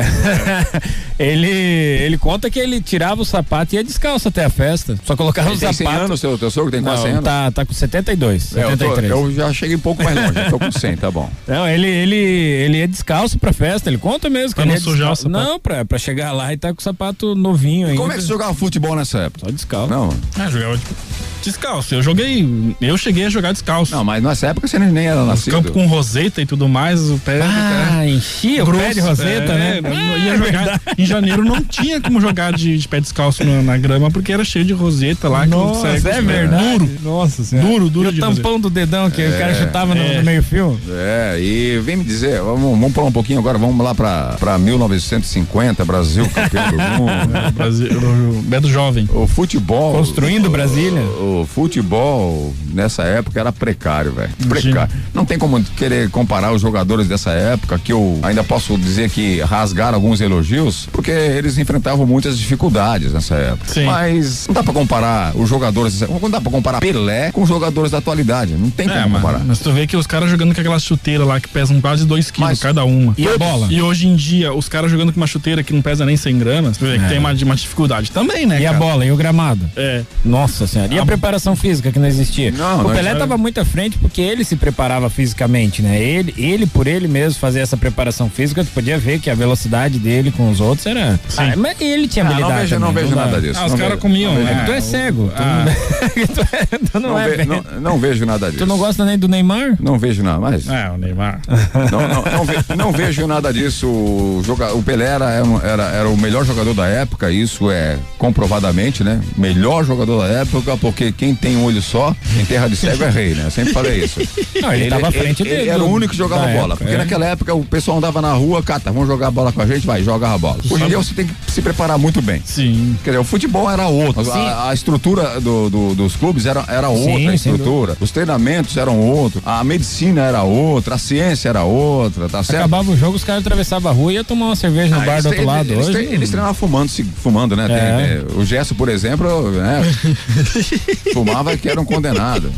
ele, ele conta que ele tirava o sapato e ia descalço até a festa. Só colocava
Ele
o
tem
sapato.
100 anos, seu- teu sogro tem quase 100
Não,
anos?
tá, tá com 72,
É, eu, tô-
73.
eu já cheguei um pouco mais longe, eu tô com 100, tá bom.
Não, ele, ele, ele ia descalço pra festa, ele conta mesmo.
Pra
que ele
não
ia
sujar
descalço.
o sapato.
Não, pra, pra chegar lá e tá com o sapato novinho ainda.
Como é que você jogava futebol nessa época?
Só descalço.
Não.
Ah, jogava de- descalço. Eu joguei. Eu cheguei a jogar descalço.
Não, mas nessa época você nem era nascido.
Campo com roseta e tudo mais, o pé.
Ah, enchia o pé de roseta, né?
eu ia jogar- em janeiro não tinha como jogar de, de pé descalço na, na grama, porque era cheio de roseta lá. que não
Nossa,
consegue-
é verdade.
Duro.
Nossa senhora.
Duro, duro
E
de
o tampão do (laughs) dedão que o cara chutava no-
é.
no meio-fio.
É, e vem me dizer, vamos, vamos falar um pouquinho agora, vamos lá pra, pra 1950, Brasil
(laughs)
campeão do mundo.
É, Brasil, o Beto Jovem.
O futebol.
Construindo Brasília.
O, o futebol nessa época era precário, velho. Precário. Não tem como querer comparar os jogadores dessa época, que eu ainda posso dizer que rasgaram alguns elogios, porque eles enfrentavam muitas dificuldades nessa época.
Sim.
Mas não dá pra comparar os jogadores, não dá pra comparar Pelé com os jogadores da atualidade, não tem
É,
como
mas,
comparar.
mas tu vê que os caras jogando com aquela chuteira lá que pesam quase 2 quilos cada uma.
E a bola?
E hoje em dia, os caras jogando com uma chuteira que não pesa nem 100 gramas, tu vê que tem uma, uma dificuldade também, né?
É. E a
cara?
bola, e o gramado?
É.
Nossa senhora. E a,
A
preparação física que não existia.
Não,
o
não
Pelé tá
existia.
tava muito à frente porque ele se preparava fisicamente, né? Ele, ele por ele mesmo fazia essa preparação física, tu podia ver que a velocidade dele com os outros era. Ah, mas ele tinha
Ah, não
habilidade.
vejo- não
também,
vejo
dá.
nada disso,
Ah, os
não
caras
vejo.
comiam.
Não vejo
né?
nada.
tu é cego. Ah, (laughs) tu, não, é
ve- não, não vejo nada disso.
Tu não gosta nem do Neymar?
Não vejo nada mais.
É, o Neymar.
Não, não, não ve- não vejo nada disso. O, joga- o Pelé era, era um- era, era o melhor jogador da época, isso é comprovadamente, né? Melhor jogador da época, porque quem tem um olho só, em terra de cego é rei, né? Eu sempre falei isso.
Não, ele tava à frente
ele,
dele,
ele era o
do-
único que jogava
da
bola.
época,
porque
é.
naquela época o pessoal andava na rua, cata, vamos jogar bola com a gente, vai, jogava a bola. Hoje em dia você tem que se preparar muito bem.
Sim.
Quer dizer, o futebol era outro. A, a estrutura do- do- dos clubes era, era
Sim,
outra
sem
a estrutura. Os treinamentos eram outros. A medicina era outra. A ciência era outra, tá certo?
Acabava o jogo, os caras atravessavam a rua e ia tomar uma cerveja no
Ah,
bar
eles
do outro
tre-
lado.
Eles,
Hoje,
tre- eles treinavam fumando, se- fumando, né? Tem,
É.
né? O Gesso, por exemplo,
(laughs)
né? fumava que era um condenado.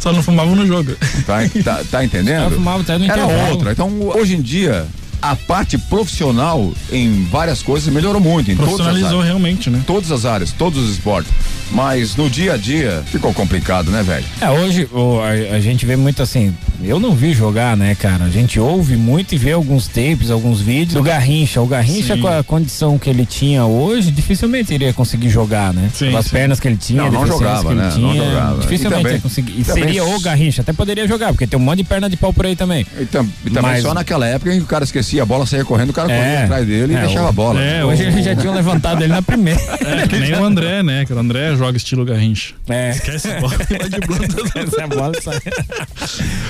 Só não fumava no jogo.
Tá, tá, tá entendendo?
caras fumavam até no
era
intervalo.
outra. Então, hoje em dia, a parte profissional em várias coisas melhorou muito. Em todas as
Profissionalizou
áreas.
realmente, né?
Todas as áreas, todos os esportes. Mas no dia a dia ficou complicado, né, velho?
É, hoje o- a, a gente vê muito assim. Eu não vi jogar, né, cara? A gente ouve muito e vê alguns tapes, alguns vídeos. O Garrincha, o Garrincha
Sim.
com a condição que ele tinha hoje, dificilmente iria conseguir jogar, né?
Sim,
com as
sim.
pernas que ele tinha,
Não,
a
não
deficiência
jogava,
que ele
né? Não
tinha,
jogava.
dificilmente
E também-
ia conseguir. E
e também-
seria o Garrincha, até poderia jogar, porque tem um monte de perna de pau por aí também.
E, tam- e também
Mas-
só naquela época em que o cara esquecia a bola, saía correndo, o cara
É.
corria atrás dele e
É,
deixava
o-
a bola.
é,
Hoje
o-
eles já tinham levantado ele na primeira.
(laughs) É, que nem o André, né? Que o André joga estilo Garrincha.
É.
Esquece a
(laughs)
bola, vai de
Essa é a bola sai.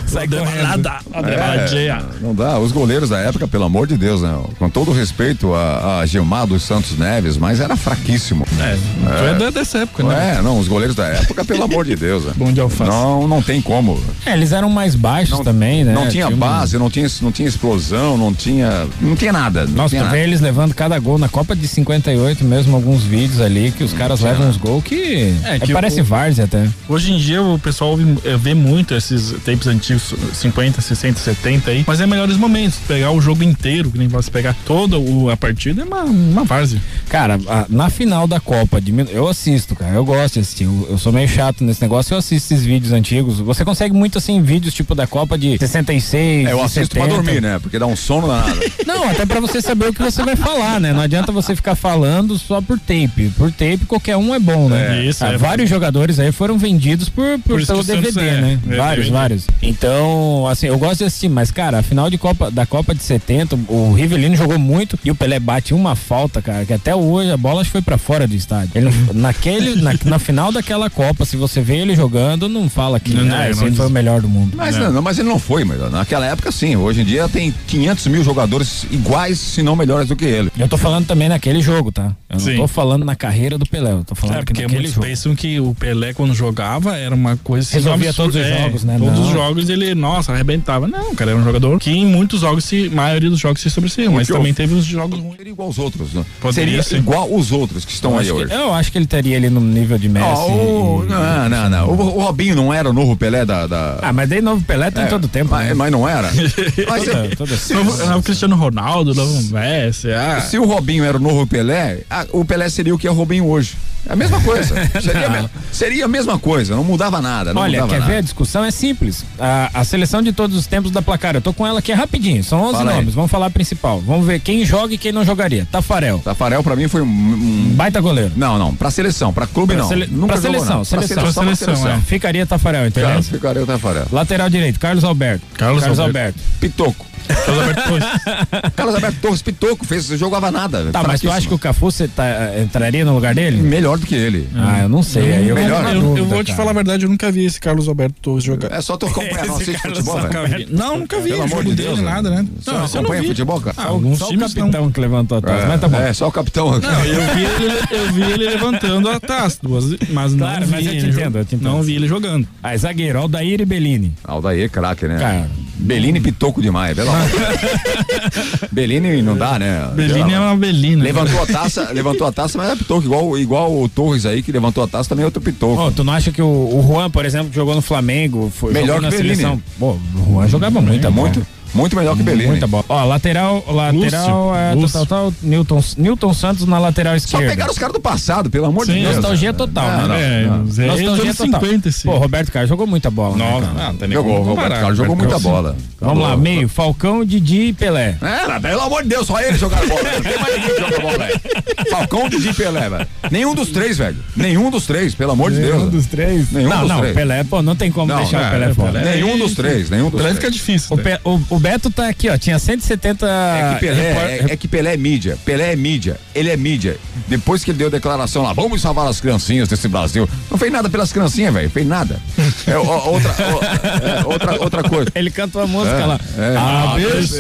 sai correndo.
Nada. Adebaladeia.
É, não dá. Os goleiros da época, pelo amor de Deus, né? Com todo o respeito a, a Gilmar dos Santos Neves, mas era fraquíssimo.
É, tu é da- dessa época, né?
É, não, os goleiros da época, pelo amor de Deus. né?
Bom de alface. É,
Não, não tem como.
É, eles eram mais baixos também, né?
não tinha
um-
base, não tinha, não tinha explosão, não tinha, não tinha nada. Não
Nossa,
tinha
tu vê
nada.
eles levando cada gol na Copa de 58 mesmo, alguns vídeos ali que os caras levam uns gols que,
É,
é,
que
parece
o-
várzea até.
Hoje em dia o pessoal ouve- eh, vê muito esses tapes antigos, 50, 60, 70 aí. Mas é melhores momentos. Pegar o jogo inteiro, que nem você pegar toda o- a partida, é uma, uma várzea.
Cara, a- na final da Copa, de mil- eu assisto, cara, eu gosto de assistir. Eu, eu sou meio chato nesse negócio, eu assisto esses vídeos antigos. Você consegue muito assim vídeos tipo da Copa de 66,
É, eu
de
assisto
70.
pra dormir, né? Porque dá um sono danado.
(laughs) Não, até pra você saber o que você vai falar, né? Não adianta você ficar falando só por tape. Por tape qualquer um é bom, né?
É, isso,
Ah,
é.
vários jogadores aí foram vendidos por, por,
Por isso que
pelo
o Santos
DVD,
é,
né?
é,
vários,
é.
vários. Então, assim, eu gosto de assistir, mas cara, a final de Copa da Copa de 70, o Rivelino jogou muito e o Pelé bate uma falta, cara, que até hoje a bola acho que foi pra fora do estádio. Ele
Uhum.
não- naquele na, na final daquela Copa, se você vê ele jogando, não fala que
Não, não,
ah,
não
esse aí
diz-
foi o melhor do mundo.
Mas,
É.
não, mas ele não foi melhor. Naquela época, sim. Hoje em dia tem 500 mil jogadores iguais, se não melhores do que ele.
Eu tô falando também naquele jogo, tá? Eu
Sim.
não tô falando na carreira do Pelé, eu tô falando
É,
que
porque
naquele
muitos
jogo.
pensam que o Pelé, quando jogava, era uma coisa assim,
Resolvia todos os
É,
jogos, né?
Todos
Não.
os jogos ele, nossa, arrebentava. Não, cara, era um jogador que em muitos jogos, se, maioria dos jogos se sobressaiu, mas
que eu-
também teve os jogos ruins.
Seria igual aos outros, né?
Poderia
Seria
ser.
igual os outros que estão
Então,
Eu
Então, aí
acho
hoje.
é,
que- eu acho que ele estaria ali no nível de Messi.
Ah, o-
e-
não, não, não. O, o Robinho não era o novo Pelé da. da-
Ah, mas daí novo Pelé tem
É,
todo tempo.
mas,
né?
mas não
(laughs)
(laughs)
era. Mas
Toda-
se-
toda-
se,
Novo, novo É Cristiano Ronaldo, novo Messi, ah.
se o Robinho era o novo Pelé, ah, o Pelé seria o que é o Robinho hoje. É a mesma
(laughs)
coisa. Seria, a me- seria a mesma coisa, não mudava nada. Não
Olha,
mudava
quer
nada.
ver? A discussão é simples. A, a seleção de todos os tempos da placar. Eu tô com ela aqui rapidinho. São 11
Fala aí.
nomes. Vamos falar a principal. Vamos ver quem joga e quem não jogaria. Tafarel.
Tafarel pra mim foi um. um-
Baita goleiro.
Não, não. Pra seleção, pra clube
Pra
não.
sele-
Nunca
pra
jogou
seleção,
nada.
seleção,
pra
pra
seleção. é. pra
seleção, é.
seleção.
Ficaria Tafarel, entendeu?
Cara, ficaria o Tafarel.
Lateral direito, Carlos Alberto.
Carlos
Alberto.
Alberto.
Pitoco.
Carlos Alberto Torres.
Carlos (laughs) Alberto Torres, Pitoco, fez, jogava nada.
Tá, mas tu
Fraquíssimo.
acha que o Cafu cê tá, eh, entraria no lugar dele?
Melhor do que ele.
Ah, eu não sei. aí eu-
Melhor.
na
né?
Eu, eu
dúvida,
vou te
cara.
falar a verdade, eu nunca vi esse Carlos Alberto Torres jogar.
É só tu
(laughs)
acompanhar, não assiste futebol, velho.
Não, nunca vi
Pelo
o
amor
jogo
tipo
de
dele,
Deus,
nada, né?
velho. Você não
isso eu
acompanha
vi.
futebol, cara?
Ah,
Alguns
alguns
só o
times não.
capitão que levantou a taça,
É,
mas tá bom.
é, só o capitão.
Não, eu vi, ele,
(laughs)
eu vi ele levantando a taça duas vezes, mas
Claro,
não vi
mas eu te
ele jo-
entendo, eu te entendo.
Não vi ele jogando.
é
Ah, zagueiro, Aldair e Bellini.
Aldair, craque, né?
Cara.
Belini pitoco demais,
(laughs)
pelo amor. de Deus. Belini não dá, né?
Belina é
Pelo amor.
uma Belina.
né?
Levantou a taça, levantou a taça, mas é pitoco, igual, igual o Torres aí que levantou a taça também é outro pitoco.
Ó, tu não acha que o, o Juan, por exemplo, que jogou no Flamengo, foi
Melhor
jogou na
que Bellini.
seleção? Pô, o Juan jogava muito,
É
cara.
muito. Muito melhor que Belém.
Muita bola. Ó, lateral, lateral, é,
Lúcio.
total, total, Newton, Newton Santos na lateral
Só
esquerda.
pegaram os caras do passado, pelo amor de
Sim,
Deus.
nostalgia total, né?
Não, não, não.
É, nostalgia total. Pô, Roberto Carlos jogou muita bola. né,
Nossa,
cara?
não, tem nem Jogou, como Roberto comparar. Carlos jogou muita bola.
Vamos lá, meio, Falcão, Didi e Pelé.
Era, pelo amor de Deus, só eles jogaram
(laughs)
bola. Não tem mais ninguém que joga bola, velho. Falcão, Didi e Pelé, velho. Nenhum dos três, velho. Nenhum dos três, pelo amor de Deus.
Nenhum dos três?
Nenhum
não,
dos
não,
três.
Pelé, pô, não tem como
Não,
deixar
não,
o Pelé
é,
fora.
Pelé. Nenhum dos três, nenhum dos três.
difícil. né? O, Pe- o- o Beto tá aqui, ó, tinha 170...
É que, Pelé, é, é que Pelé é mídia. Pelé é mídia. Ele é mídia. Depois que ele deu a declaração lá, vamos salvar as criancinhas desse Brasil. Não fez nada pelas criancinhas, velho. Fez (laughs) nada. É, ó, outra, ó, é, outra, outra coisa.
Ele cantou a música
É,
lá. Ah,
ABC.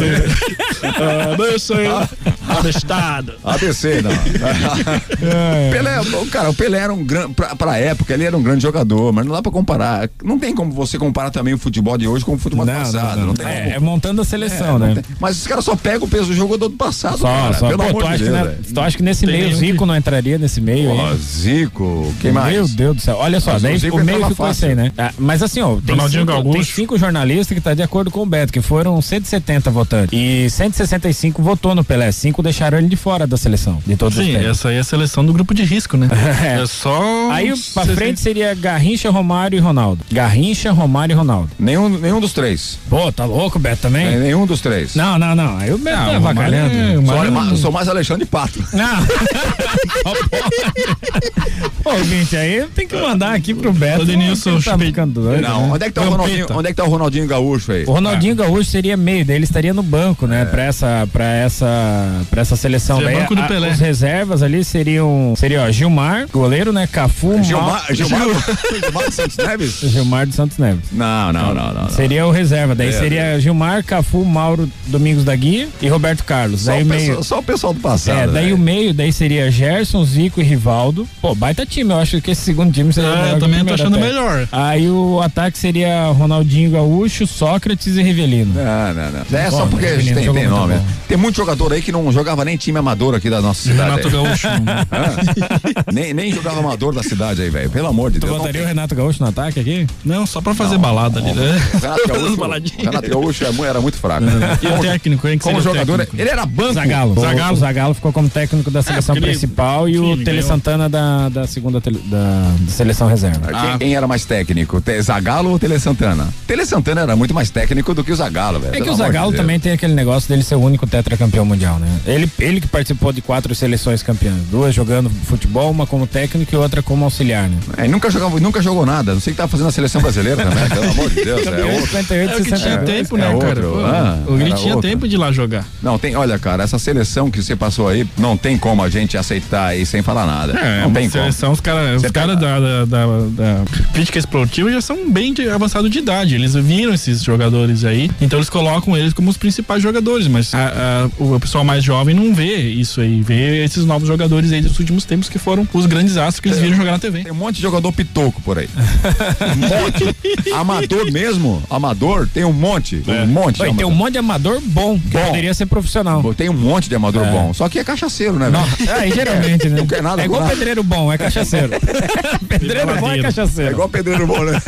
ABC.
(laughs) Abestado. ABC, não.
É.
Pelé, o- cara, o Pelé era um grande. Pra, pra época, ele era um grande jogador, mas não dá pra comparar. Não tem como você comparar também o futebol de hoje com o futebol do passado. né? Não, tem
É,
como.
é montando a seleção,
É, não
né?
tem- Mas os caras só pegam o peso do jogador do passado,
Só,
cara.
só.
Pelo
Pô,
amor
tu,
de
acha
Deus,
que na-
velho.
tu acha um que nesse
Tem
meio o
nenhum
Zico não entraria nesse meio
Ó,
aí?
Zico, quem mais?
Meu Deus do céu. Olha só,
Mas o
daí
Zico
o meio
entrava
ficou
fácil.
assim, né? Ah, mas assim, ó, tem
Ronaldinho
cinco, tem
Gaúcho.
cinco jornalistas que tá de acordo com o Beto, que foram 170 votantes. E 165 votou no Pelé. Cinco deixaram ele de fora da seleção. De todos os
Sim,
tempos.
essa aí é a seleção do grupo de risco, né? (laughs)
É.
É só.
Aí pra frente seria Garrincha, Romário e Ronaldo. Garrincha, Romário e Ronaldo.
Nenhum, nenhum dos três.
Pô, tá louco, Beto, também?
É, nenhum dos três.
Não, não, não. Aí o Beto
Não,
tá
o Romário
avacalhando.
é-
Só-
Sou, ma- sou mais Alexandre Pato.
(laughs) Não. Ô, gente, aí tem que mandar aqui pro Beto. O Denilson tá ficando doido,
Não,
né?
onde é que tá o
Vampeta.
Ronaldinho, Ah. onde é que tá o Ronaldinho Gaúcho aí?
O Ronaldinho Gaúcho seria meio, daí ele estaria no banco,
É.
né? Pra essa, pra essa, pra essa seleção.
Seria
Daí
banco do Pelé.
Os reservas ali seriam, seria ó, Gilmar, goleiro, né? Cafu,
Gilmar,
Mal-
Gilmar, Gilmar Santos Neves?
Gilmar dos Santos Neves.
Ah, Não, não, não, não. não.
Seria o reserva, daí
É.
seria Gilmar, Cafu, Mauro, Domingos da Guia e Roberto Carlos.
Só,
daí
o
o
pessoal,
meio.
só o pessoal do passado. né?
é, daí
velho.
o meio, daí seria Gerson, Zico e Rivaldo. Pô, baita time, eu acho que esse segundo time seria.
É,
melhor
eu
que o
também tô
primeiro
achando
até.
melhor.
Aí o ataque seria Ronaldinho Gaúcho, Sócrates e Rivelino.
Não, não, não. É só
Bom,
porque
mas o
tem,
menino
tem
jogou muito
nome.
bom.
né? Tem muito jogador aí que não jogava nem time amador aqui da nossa cidade.
Renato
aí.
Gaúcho.
(laughs) Hã? nem, nem jogava amador da cidade aí, velho. Pelo amor de
Tu
Deus.
botaria o Renato Gaúcho no ataque aqui?
Não, só pra fazer balada ali, né?
(laughs)
Renato Gaúcho, Renato Gaúcho é mu- era muito fraco.
E o é um técnico, hein? Que
Como
seria o
jogador,
técnico?
ele era banco.
Zagalo.
Zagallo. É,
O Zagalo ficou como técnico da seleção
porque ele-
principal e
Sim,
o
ele
Tele
ganhou.
Santana da, da segunda tele- da, da seleção reserva.
Quem, quem era mais técnico? Te- Zagalo ou Tele Santana? Tele Santana era muito mais técnico do que o Zagalo, velho.
É que
Pelo
o
amor de
Zagallo
Deus.
também tem aquele negócio dele ser o único tetracampeão mundial, né? Ele, ele que participou de quatro seleções campeãs, duas jogando futebol, uma como técnico e outra como auxiliar, né?
É, nunca, jogava, nunca jogou nada. Não sei o que tá fazendo a seleção brasileira também. Pelo amor de Deus. É outro.
58,
É o que tinha
62.
tempo,
É
né, cara?
outro,
Pô,
ah,
o Guri
era
tinha
outro.
tempo de ir lá jogar.
Não, tem, olha, cara, essa seleção que você passou aí, não tem como a gente aceitar aí sem falar nada.
É,
não
uma
tem
seleção, os caras os cara da, da, da, da crítica esportiva já são bem de- avançados de idade. Eles viram esses jogadores aí, então eles colocam eles como os principais jogadores, mas a- a- o pessoal mais jovem não vê isso aí, vê esses novos jogadores aí dos últimos tempos que foram os grandes astros que eles viram jogar na TV.
Tem um monte de jogador pitoco
(laughs)
por aí. Um monte. Amador mesmo, amador, tem um monte. Um monte de
Ué, tem um
amador.
monte de amador bom, que
Bom.
poderia ser profissional.
Tem um monte de amador bom. Só que é cachaceiro, né, velho?
Aí geralmente, né?
(laughs) Não quer nada
é
com
igual
nada.
pedreiro bom, é cachaceiro. pedreiro bom é
É
cachaceiro.
igual pedreiro bom, né?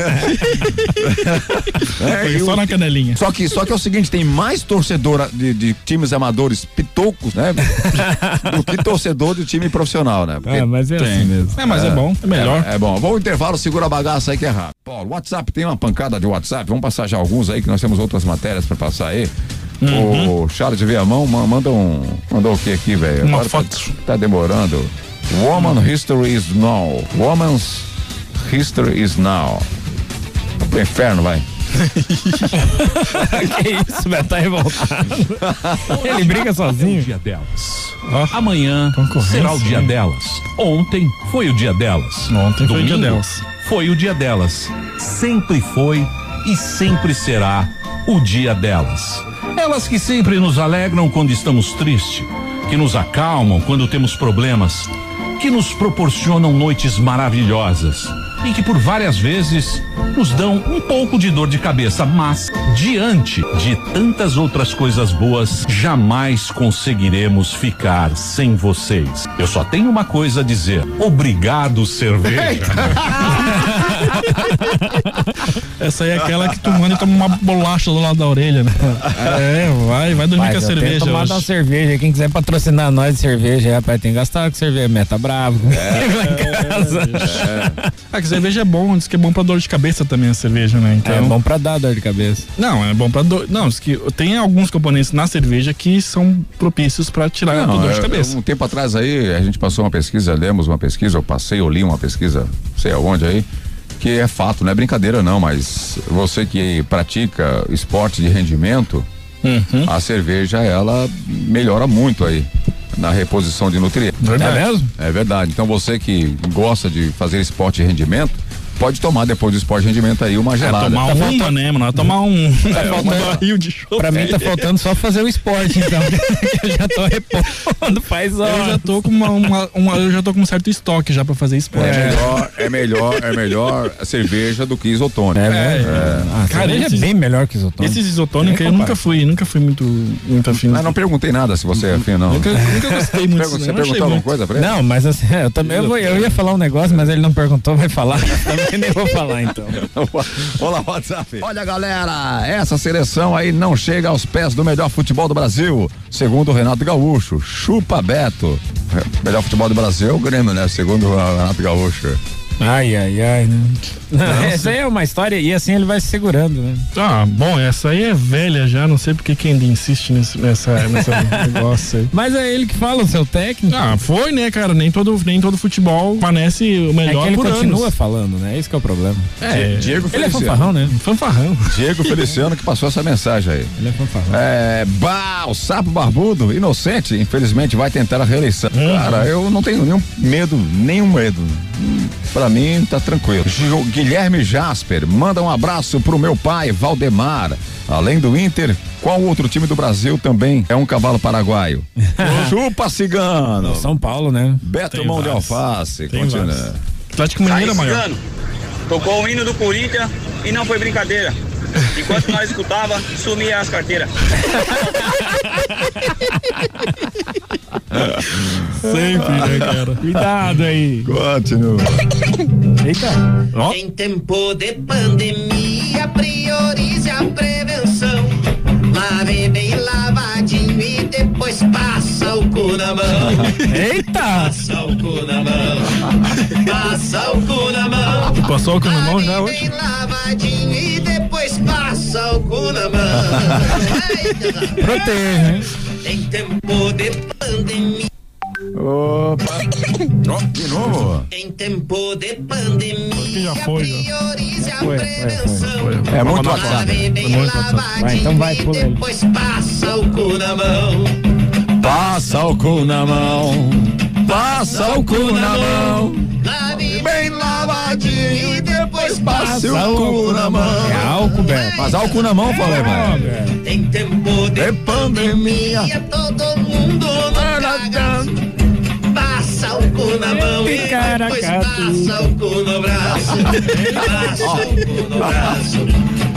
É, e
Foi só
o-
na canelinha.
Só que, só que é o seguinte, tem mais torcedor de, de times amadores pitocos, né? do que torcedor de time profissional, né? Porque
É, mas é
tem.
assim mesmo.
É, mas é bom, é melhor.
É, é bom. Vamos ao intervalo, segura a bagaça aí que é rápido. Paulo, WhatsApp tem uma pancada de WhatsApp. Vamos passar já alguns aí, que nós temos outras matérias pra passar aí. O Charles Viamão ma- manda um. Mandou o que aqui, velho?
Uma
Agora tá-
foto.
Tá, demorando. Woman History is Now. Woman's History is Now. Vai Pro inferno, vai.
(laughs) que isso, velho, tá revoltado.
(laughs)
Ele briga sozinho.
É dia delas. Amanhã será o dia delas. Ontem foi o dia delas.
Ontem foi o dia
Domingo
delas.
Foi o dia delas. Sempre foi e sempre será o dia delas. Elas que sempre nos alegram quando estamos tristes, que nos acalmam quando temos problemas, que nos proporcionam noites maravilhosas em que por várias vezes nos dão um pouco de dor de cabeça, mas diante de tantas outras coisas boas, jamais conseguiremos ficar sem vocês. Eu só tenho uma coisa a dizer: obrigado, cerveja.
Essa aí é aquela que tu manda e toma uma bolacha do lado da orelha,
(laughs)
né? É, vai, vai dormir
Mas
com a
eu tenho
cerveja.
tomado uma
hoje.
cerveja. Quem quiser patrocinar nós de cerveja, rapaz, tem que gastar com cerveja. Mas tá bravo.
É.
(laughs)
Ah, que cerveja é bom, diz que é bom pra dor de cabeça também a cerveja, né? Então...
É bom pra dar dor de cabeça.
Não, é bom pra dor. Não, diz que tem alguns componentes na cerveja que são propícios pra tirar a
Não,
dor de
é,
cabeça.
Um tempo atrás aí, a gente passou uma pesquisa, lemos uma pesquisa, eu passei, eu li uma pesquisa, não sei aonde aí, que é fato, não é brincadeira não, mas você que pratica esporte de rendimento,
Uhum.
a cerveja, ela melhora muito aí na reposição de nutrientes.
Verdade.
É mesmo? É verdade. Então você que gosta de fazer esporte de rendimento, pode tomar depois do esporte de rendimento aí uma
É,
gelada.
tomar uma, né, mano? É Tomar um,
(laughs) Tá faltando-
um barril de chope.
Pra mim tá
faltando só fazer o esporte, então. eu já tô repondo faz
Eu já tô com uma, uma- uma- eu já tô com um certo estoque já pra fazer esporte.
É, melhor, é melhor, é melhor a cerveja do que isotônico.
É, né? Ah, cerveja é bem melhor que isotônico.
Esses isotônicos aí eu nunca fui, nunca fui muito, muito afim.
Ah, não perguntei nada se você é afim, não.
Nunca, nunca gostei muito
Pergun-
disso, não. Achei
(laughs) Você perguntou alguma
muito.
coisa pra ele?
Não, mas assim, eu também eu, vou- eu ia falar um negócio, mas ele não perguntou,
(laughs)
vai falar. Também nem vou falar, então.
(laughs) Olá, WhatsApp. Olha, galera, essa seleção aí não chega aos pés do melhor futebol do Brasil, segundo o Renato Gaúcho. Chupa Beto. É, Melhor futebol do Brasil é o Grêmio, né? Segundo o Renato Gaúcho.
Ai, ai, ai, né? Essa aí é uma história e assim ele vai se segurando, né?
Ah, bom, essa aí é velha já, não sei porque quem ainda insiste nesse, nessa,
(laughs)
nessa é um negócio aí.
Mas é ele que fala, o seu técnico.
Ah, foi, né, cara? Nem todo, nem todo futebol permanece o melhor
é que ele
por (laughs)
continua
anos.
falando, né? Esse que é o problema.
Di- Diego
ele é
Feliciano.
fanfarrão, né?
Fanfarrão.
(laughs)
Diego Feliciano que passou essa mensagem aí.
Ele é fanfarrão.
É, bah, o sapo barbudo, inocente, infelizmente vai tentar a reeleição.
Uhum.
Cara, eu não tenho nenhum medo, nenhum medo. Hum, Pra mim tá tranquilo. Gil- Guilherme Jasper, manda um abraço pro meu pai, Valdemar. Além do Inter, qual outro time do Brasil também é um cavalo paraguaio?
(laughs)
Chupa cigano.
São Paulo, né?
Beto Mão de Alface.
Tem
Continua.
vários. Atlético Mineiro é maior.
Tá Tocou o hino do Corinthians e não foi brincadeira. Enquanto nós escutava, sumia as carteiras.
Sempre, né,
(laughs)
cara? Cuidado aí.
Continua.
Eita.
Em tempo de pandemia, priorize a prevenção. Lave bem lavadinho e depois passa o cu na mão.
Eita!
Passa o cu na mão. Passa o cu na mão.
Passou o cu na mão já
Lave
hoje?
bem lavadinho e depois passa o cu na
(laughs)
mão.
Protege, né?
Em tempo de pandemia.
Opa. de novo?
Em tempo de pandemia,
já foi, já.
priorize a
Foi, foi,
prevenção.
É muito
Lave
WhatsApp.
bem lavadinho
Vai, então vai,
e
pula ele.
depois passa o cu na mão.
Passa o cu na mão. Passa o cu na mão.
Lave bem lavadinho e depois
Passa o cu na mão.
É álcool, Beto.
Mas álcool na mão, falei, mano.
Tem tempo de
É pandemia.
pandemia, todo mundo no cagaço. Passa o cu na mão e depois passa o cu no braço. Passa o cu no braço.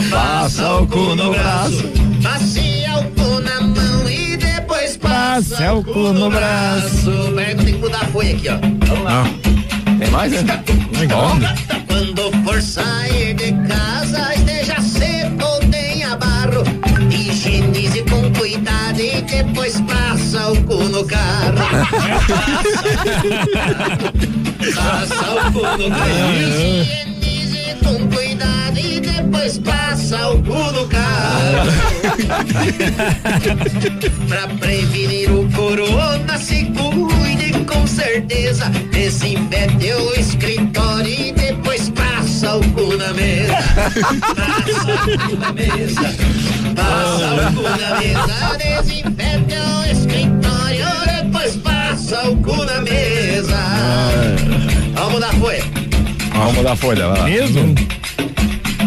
Passa o cu no braço. Passeia o cu na mão e depois passa,
Passa o cu no braço.
Peraí que eu tenho que mudar a folha aqui, ó. Vamos lá.
Tem mais, né? Legal.
Quando for sair de casa, esteja seco ou tenha barro. Higienize com cuidado e depois passa o cu no carro. Passa o cu no carro. Higienize com cuidado e depois passa o cu no carro. Pra prevenir o corona, se cuide com certeza. Desinfete o escritório e depois passa o cu na mesa. Passa o cu na mesa. Passa o cu na mesa. Desinfete o escritório, depois passa o cu na mesa. Vamos dar foi.
Vamos mudar a folha, vai lá.
Mesmo?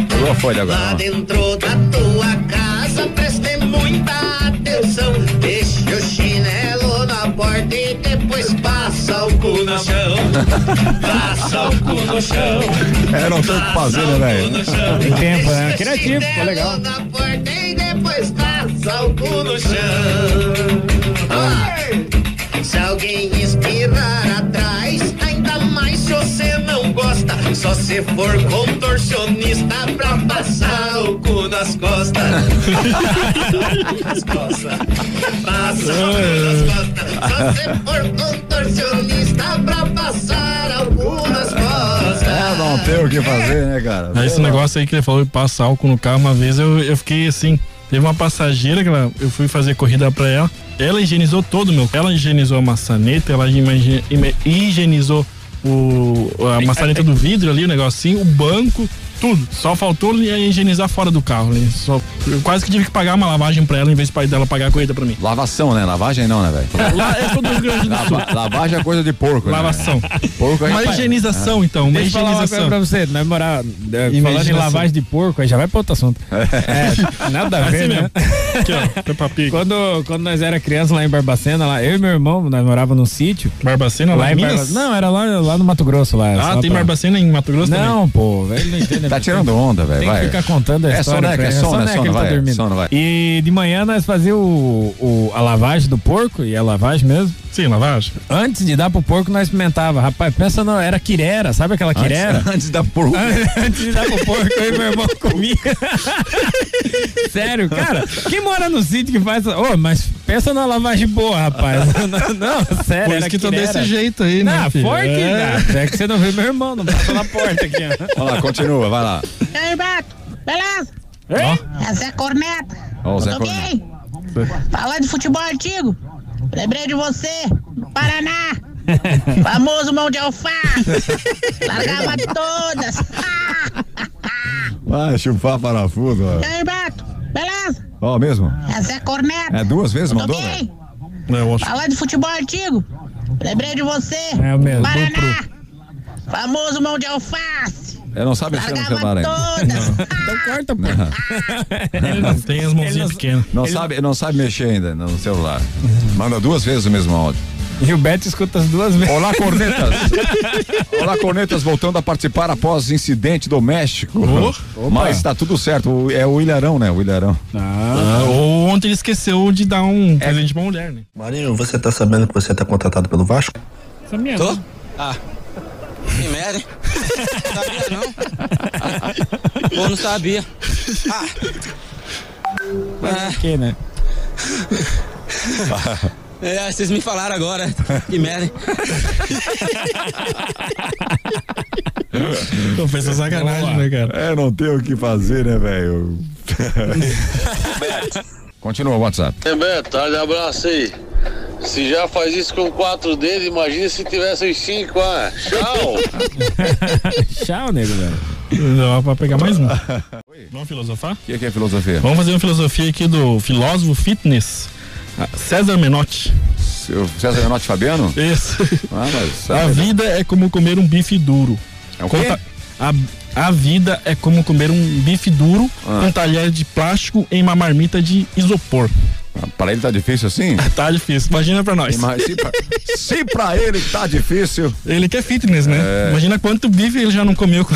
Pegou a folha agora.
Lá
vamos lá.
dentro da tua casa, preste muita atenção. Deixa o chinelo na porta e depois passa o cu no chão. Passa o cu no chão.
É, não tem o que fazer, né, velho?
Tem tempo, né? Criativo, ficou legal.
Na porta e depois passa o cu no chão. Ai, Se alguém espirrar atrás, ainda mais se você não gosta. Só se for contorcionista pra passar o cu nas costas. Nas costas. Passa o cu nas costas. Só
É.
se for contorcionista pra passar algumas costas.
É, não tem o que fazer, né, cara?
Aí esse negócio aí que ele falou de passar álcool no carro uma vez, eu, eu fiquei assim. Teve uma passageira que ela- eu fui fazer corrida pra ela. Ela higienizou todo o meu. Ela higienizou a maçaneta, ela imagi- ime- higienizou o, a maçaneta do vidro ali, o negocinho, o banco, tudo. Só faltou ela higienizar fora do carro. ali. Só, eu quase que tive que pagar uma lavagem pra ela em vez de dela pagar a corrida pra mim.
Lavação, né? Lavagem não, né, velho?
Lá, eu sou do Rio Grande do Sul.
Lava- Lavagem é coisa de porco, né?
Lavação.
Porco
Uma higienização, então, uma
é. Deixa eu falar uma coisa
higienização.
pra você, na moral, eh, falando em
Imaginação.
lavagem de porco, aí já vai pra outro assunto. É, nada a
Assim
ver, né? quando, quando nós era criança lá em Barbacena, lá, eu e meu irmão, nós morávamos num sítio.
Barbacena, lá em Minas?
Não, era lá, lá no Mato Grosso. Lá,
Ah,
lá
tem
É, pra-
Barbacena em Mato Grosso também?
Não, pô, velho, não entende.
Tá tirando onda, velho.
Tem
Vai.
que ficar contando a
É
né,
história.
soneca,
pra
é
ele.
sono, é
soneca,
sono,
ele tá
vai,
dormindo.
sono, vai.
E de manhã nós fazíamos o, o- a lavagem do porco, e é lavagem mesmo.
Sim, lavagem.
Antes de dar pro porco, nós experimentava. Rapaz, pensa, não, era quirera, sabe aquela
Antes-
quirera?
antes da porco.
né? (laughs) antes de dar pro porco, eu e meu irmão (laughs) comia. Sério, cara, quem mora no sítio que faz. Ô, mas pensa na lavagem boa, rapaz. (laughs) Não, não, sério.
Por isso
era
que tô
quirera.
desse jeito aí, né,
Não,
filho?
forte,
É.
cara. É que você não viu meu irmão, não passa na porta aqui, ó.
Olha lá, (laughs) continua, vai lá.
E aí, Beto? Beleza? Essa é a corneta.
Ó, o Zé
Tudo
Corneta.
bem? Falar de futebol antigo. Lembrei de você. Paraná. Famoso mão de alface. Largava todas.
Vai chupar parafuso, ó.
E aí, Beto? Beleza?
Ó, mesmo?
Essa é a corneta.
É duas vezes, mandou,
Tudo
velho?
bem?
É,
Falar de futebol antigo. Lembrei de você.
É o mesmo,
Paraná. Famoso mão de alface.
Eu É, não sabe mexer no celular ainda.
(laughs)
Todas.
(laughs) Então corta, pô.
Ele
não tem as mãozinhas pequenas.
Não sabe, não sabe mexer ainda no celular. Manda duas vezes o mesmo áudio.
E o Beto escuta as duas vezes.
Olá, cornetas. Olá, cornetas, voltando a participar após incidente doméstico.
Oh.
Mas
Opa.
tá tudo certo. o- É o Ilharão, né? O Ilharão.
Ah, ou ontem ele esqueceu de dar
É.
um presente pra mulher, né?
Marinho, você tá sabendo que você tá contratado pelo Vasco?
Tô? (laughs)
Ah.
Que merda, hein? sabia
(laughs)
não? Pô, não sabia. Ah.
Por
(laughs)
quê, né?
É, vocês me falaram agora.
(laughs)
Que merda, hein?
Pô, fez essa sacanagem, né, cara?
É, não tem o que fazer, né, velho? Continua o WhatsApp.
É, Beto, tá
um
de abraço aí. Se já faz isso com quatro dedos, imagina se tivesse os cinco, ah. Tchau!
Tchau, nego, velho.
Não, pra pegar mais um. Vamos filosofar? O
que, que é filosofia?
Vamos fazer uma filosofia aqui do filósofo fitness, ah, César Menotti.
Seu César Menotti Fabiano?
Isso.
Ah, mas.
A vida (laughs) é como comer um bife duro.
É o quê?
a, a vida é como comer um bife duro
Ah.
com talher de plástico em uma marmita de isopor.
Pra ele tá
(laughs)
difícil assim?
Tá difícil, imagina pra nós.
Ima- se, pra, se pra ele tá difícil.
Ele quer fitness, né?
É.
Imagina quanto bife ele já não comeu.